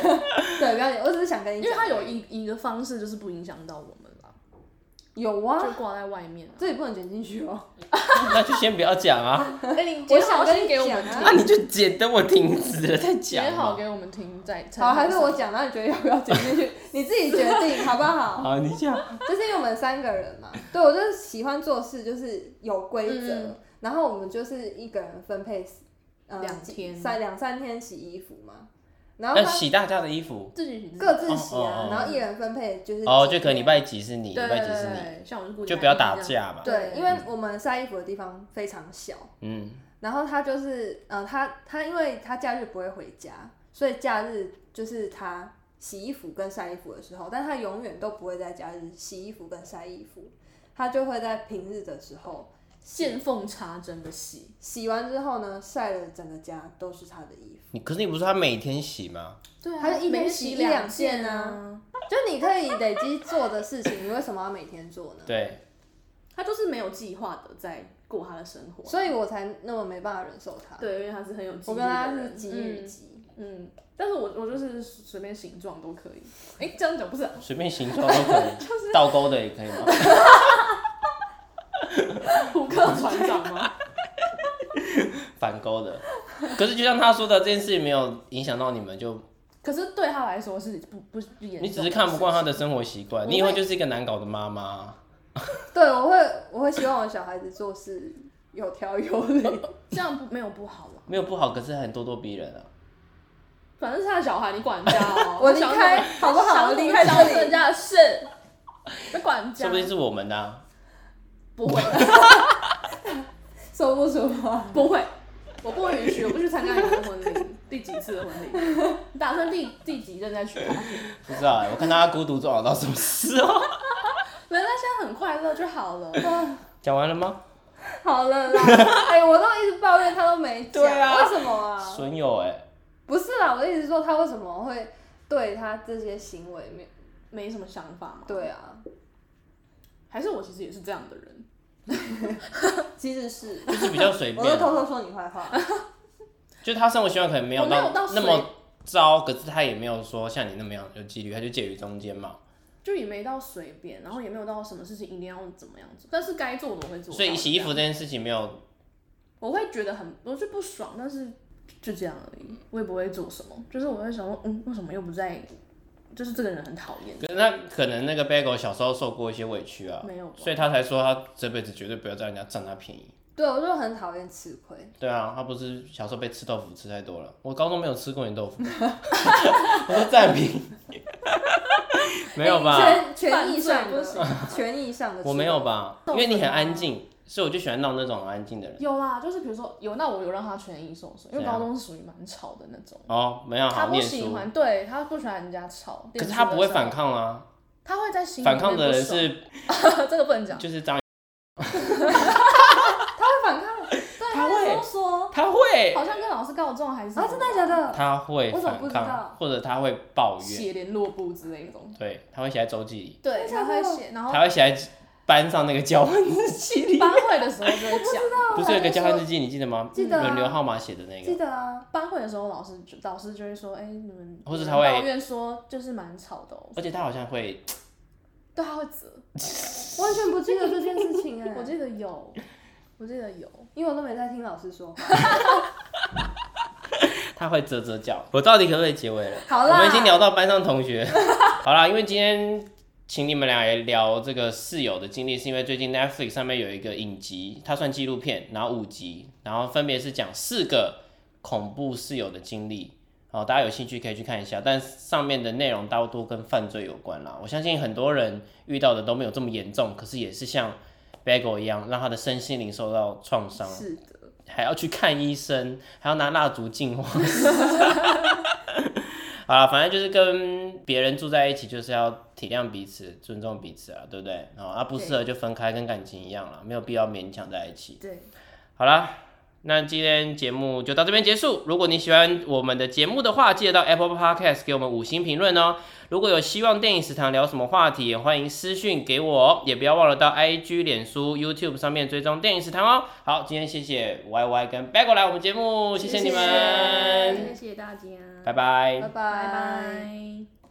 Speaker 2: 对，不要紧，我只是想跟你
Speaker 3: 因
Speaker 2: 讲，
Speaker 3: 为他有一一个方式就是不影响到我们啦，
Speaker 2: 有
Speaker 3: 就
Speaker 2: 啊，
Speaker 3: 挂在外面啊。
Speaker 2: 这也不能卷进去哦。
Speaker 1: 那就先不要讲啊，
Speaker 3: 哎、你
Speaker 2: 我
Speaker 3: 剪
Speaker 2: 想
Speaker 3: 好
Speaker 2: 跟
Speaker 3: 先
Speaker 2: 你
Speaker 3: 给我们
Speaker 2: 讲
Speaker 3: 听
Speaker 2: 啊
Speaker 1: 那，你就剪，等我停止了再讲
Speaker 3: 剪好
Speaker 1: 嘛。
Speaker 3: 给我们听再。才
Speaker 2: 好，还是我讲，那你觉得要不要剪 进去？你自己决定好不好？
Speaker 1: 好，你讲。
Speaker 2: 就是因为我们三个人嘛，对我就是喜欢做事就是有规则，
Speaker 3: 嗯
Speaker 2: 然后我们就是一个人分配呃
Speaker 3: 两
Speaker 2: 几
Speaker 3: 天
Speaker 2: 三两三天洗衣服嘛，然后
Speaker 1: 要
Speaker 2: 他
Speaker 1: 呃洗大家的衣服
Speaker 3: 自己
Speaker 2: 各自洗
Speaker 1: 哦哦
Speaker 2: 啊
Speaker 1: 哦，
Speaker 2: 然后一人分配就是
Speaker 1: 哦，
Speaker 2: 几
Speaker 1: 就可能礼
Speaker 2: 天
Speaker 1: 拜几是你，礼
Speaker 3: 对
Speaker 1: 拜几是你，
Speaker 3: 对，像我是固定
Speaker 1: 就不要打架嘛。
Speaker 2: 对，
Speaker 3: 对
Speaker 2: 因为我们晒衣服的地方非常小，
Speaker 1: 嗯，
Speaker 2: 然后他就是，呃，他他因为他假日不会回家，所以假日就是他洗衣服跟晒衣服的时候，但他永远都不会在假日洗衣服跟晒衣服，他就会在平日的时候
Speaker 3: 见缝插针的洗，
Speaker 2: 洗完之后呢，晒了整个家都是他的衣服。
Speaker 1: 你可是你不是说他每天洗吗？
Speaker 3: 对
Speaker 2: 啊
Speaker 3: 他
Speaker 2: 每天洗两件
Speaker 3: 啊
Speaker 2: 啊，就你可以累积做的事情，你为什么要每天做呢？
Speaker 1: 对，
Speaker 3: 他就是没有计划的在过他的生活。
Speaker 2: 所以我才那么没办法忍受他。
Speaker 3: 对，因为他是很有纪
Speaker 2: 我
Speaker 3: 律
Speaker 2: 跟
Speaker 3: 的
Speaker 2: 他是
Speaker 3: 人
Speaker 2: 急与急，
Speaker 3: 嗯，但是我我就是随便形状都可以。 哎、这样讲不是、 啊？
Speaker 1: 随便形状都可 以，倒钩的也可以吗？
Speaker 3: 虎克船长
Speaker 2: 啊
Speaker 3: 吗？
Speaker 1: 反勾的。可是就像他说的，这件事情没有影响到你们，就
Speaker 3: 可是对他来说是不不不严重的事
Speaker 1: 你
Speaker 3: 情。
Speaker 1: 只是看不惯他的生活习惯，
Speaker 2: 我
Speaker 1: 你以后
Speaker 2: 会
Speaker 1: 就是一个难搞的妈妈。
Speaker 2: 对我会我会希望我小孩子做事有条有 理。。
Speaker 3: 这样不没有不好啦。啊
Speaker 1: 没有不好，可是很咄咄逼人啊。
Speaker 3: 反正是他的小孩，你管家哦
Speaker 2: 我离开好不好我离开这里
Speaker 3: 人家 的事，你管
Speaker 1: 说
Speaker 3: 家
Speaker 1: 不定是我们的啊、
Speaker 3: 不会
Speaker 2: 说不出话。
Speaker 3: 不会，我不允许，我不去参加你的婚礼，第几次的婚礼？你打算第第几任再去吗？
Speaker 1: 不知道哎、我看他孤独终老到什么时候？
Speaker 3: 人家现在很快乐就好了。
Speaker 1: 讲完了吗？
Speaker 2: 好了啦， 哎、我都一直抱怨他都没讲，
Speaker 1: 对啊
Speaker 2: 为什么啊？
Speaker 1: 损友哎、
Speaker 2: 不是啦，我的意思是说他为什么会对他这些行为没有？
Speaker 3: 没什么想法嘛。，
Speaker 2: 对啊，
Speaker 3: 还是我其实也是这样的人，
Speaker 2: 其实是
Speaker 1: 就是比较随
Speaker 2: 我都
Speaker 1: 便，啊
Speaker 2: 偷偷说你坏话，
Speaker 1: 就他生活习惯可能没有
Speaker 3: 我没有到
Speaker 1: 那
Speaker 3: 随
Speaker 1: 么糟，可是他也没有说像你那么样有纪律，他就介于中间嘛。
Speaker 3: 就也没到随便，然后也没有到什么事情一定要怎么样做，但是该做的我会做。
Speaker 1: 所以洗衣服这，件事情没有，
Speaker 3: 我会觉得很，我就不爽，但是就这样而已，我也不会做什么，就是我会想说，嗯，为什么又不在，就是这个人很讨厌，
Speaker 1: 可是那可能那个 Bagel 小时候受过一些委屈啊，
Speaker 3: 没有吧
Speaker 1: 所以他才说他这辈子绝对不要叫人家占他便宜。
Speaker 2: 对我就很讨厌吃亏。
Speaker 1: 对啊，他不是小时候被吃豆腐吃太多了。我高中没有吃过你豆腐， 我说占平， 没有吧？
Speaker 2: 全权益上的
Speaker 3: 犯 罪，
Speaker 2: 权益上的，
Speaker 1: 我没有？吧？
Speaker 3: 豆
Speaker 1: 因
Speaker 3: 腐
Speaker 1: 为你很安静，所以我就喜欢闹那种很安静的人。
Speaker 3: 有啦，就是比如说有，那我有让他权益受损，因为
Speaker 1: 怎样
Speaker 3: 高中是属于蛮吵的那种，
Speaker 1: 哦，没有
Speaker 3: 他
Speaker 1: 好
Speaker 3: 不
Speaker 1: 念
Speaker 3: 喜
Speaker 1: 书，
Speaker 3: 欢，对他不喜欢人家吵，
Speaker 1: 可是他不会反
Speaker 3: 抗，
Speaker 1: 抗啊。
Speaker 3: 他会在心里
Speaker 1: 反抗的人
Speaker 3: 面
Speaker 1: 是
Speaker 3: 不爽 这个不能讲，
Speaker 1: 就是张，
Speaker 2: 他会反抗，
Speaker 3: 对
Speaker 1: 他会
Speaker 3: 会说，
Speaker 1: 他会
Speaker 3: 好像跟老师告状还是什么
Speaker 2: 啊，真的假的？
Speaker 1: 他会
Speaker 2: 我怎么
Speaker 1: 反
Speaker 2: 不知
Speaker 1: 抗
Speaker 2: 道，
Speaker 1: 或者他会抱怨，
Speaker 3: 写联络簿之类的东西。
Speaker 1: 对，他会写在周记里，
Speaker 3: 对，
Speaker 2: 真的
Speaker 3: 他
Speaker 2: 假的
Speaker 3: 会写，然后
Speaker 1: 他会写在班上那个交换日记里。
Speaker 3: 班会的时候就会讲，
Speaker 1: 不是有一个交换日记，你记得吗？
Speaker 2: 记得啊
Speaker 1: 轮流号码写的那
Speaker 2: 记
Speaker 1: 个，
Speaker 2: 得啊，
Speaker 3: 班会的时候老师就老师就会说，哎、你们
Speaker 1: 或者
Speaker 3: 你们
Speaker 1: 他会
Speaker 3: 抱怨说就是蛮吵的、哦，
Speaker 1: 而且他好像会
Speaker 3: 对，他会责，
Speaker 2: 完全不记得这件事情哎、
Speaker 3: 我记得有，我记得有，
Speaker 2: 因为我都没在听老师说话。
Speaker 1: 他会啧啧叫。我到底可不可以结尾了？
Speaker 2: 好
Speaker 1: 我
Speaker 2: 啦，
Speaker 1: 们已经聊到班上同学。 好啦，因为今天请你们俩来聊这个室友的经历，是因为最近 Netflix 上面有一个影集，它算纪录片，然后五集，然后分别是讲四个恐怖室友的经历。好，大家有兴趣可以去看一下，但上面的内容大多跟犯罪有关啦。我相信很多人遇到的都没有这么严重，可是也是像 Bagel 一样，让他的身心灵受到创伤。
Speaker 3: 是的，
Speaker 1: 还要去看医生，还要拿蜡烛净化。 啊，反正就是跟别人住在一起，就是要体谅彼此、尊重彼此啊，对不对？哦啊，不适合就分开，跟感情一样啦，没有必要勉强在一起。
Speaker 3: 对，
Speaker 1: 好啦，那今天节目就到这边结束。如果你喜欢我们的节目的话，记得到 Apple Podcast 给我们五星评论哦。如果有希望电影食堂聊什么话题，也欢迎私讯给我，哦也不要忘了到 IG、脸书、YouTube 上面追踪电影食堂哦。好，今天谢谢 YY 跟 b a g o 来我们节目，谢谢你们，
Speaker 3: 谢谢大家，
Speaker 1: 拜拜
Speaker 2: 拜拜
Speaker 3: 拜拜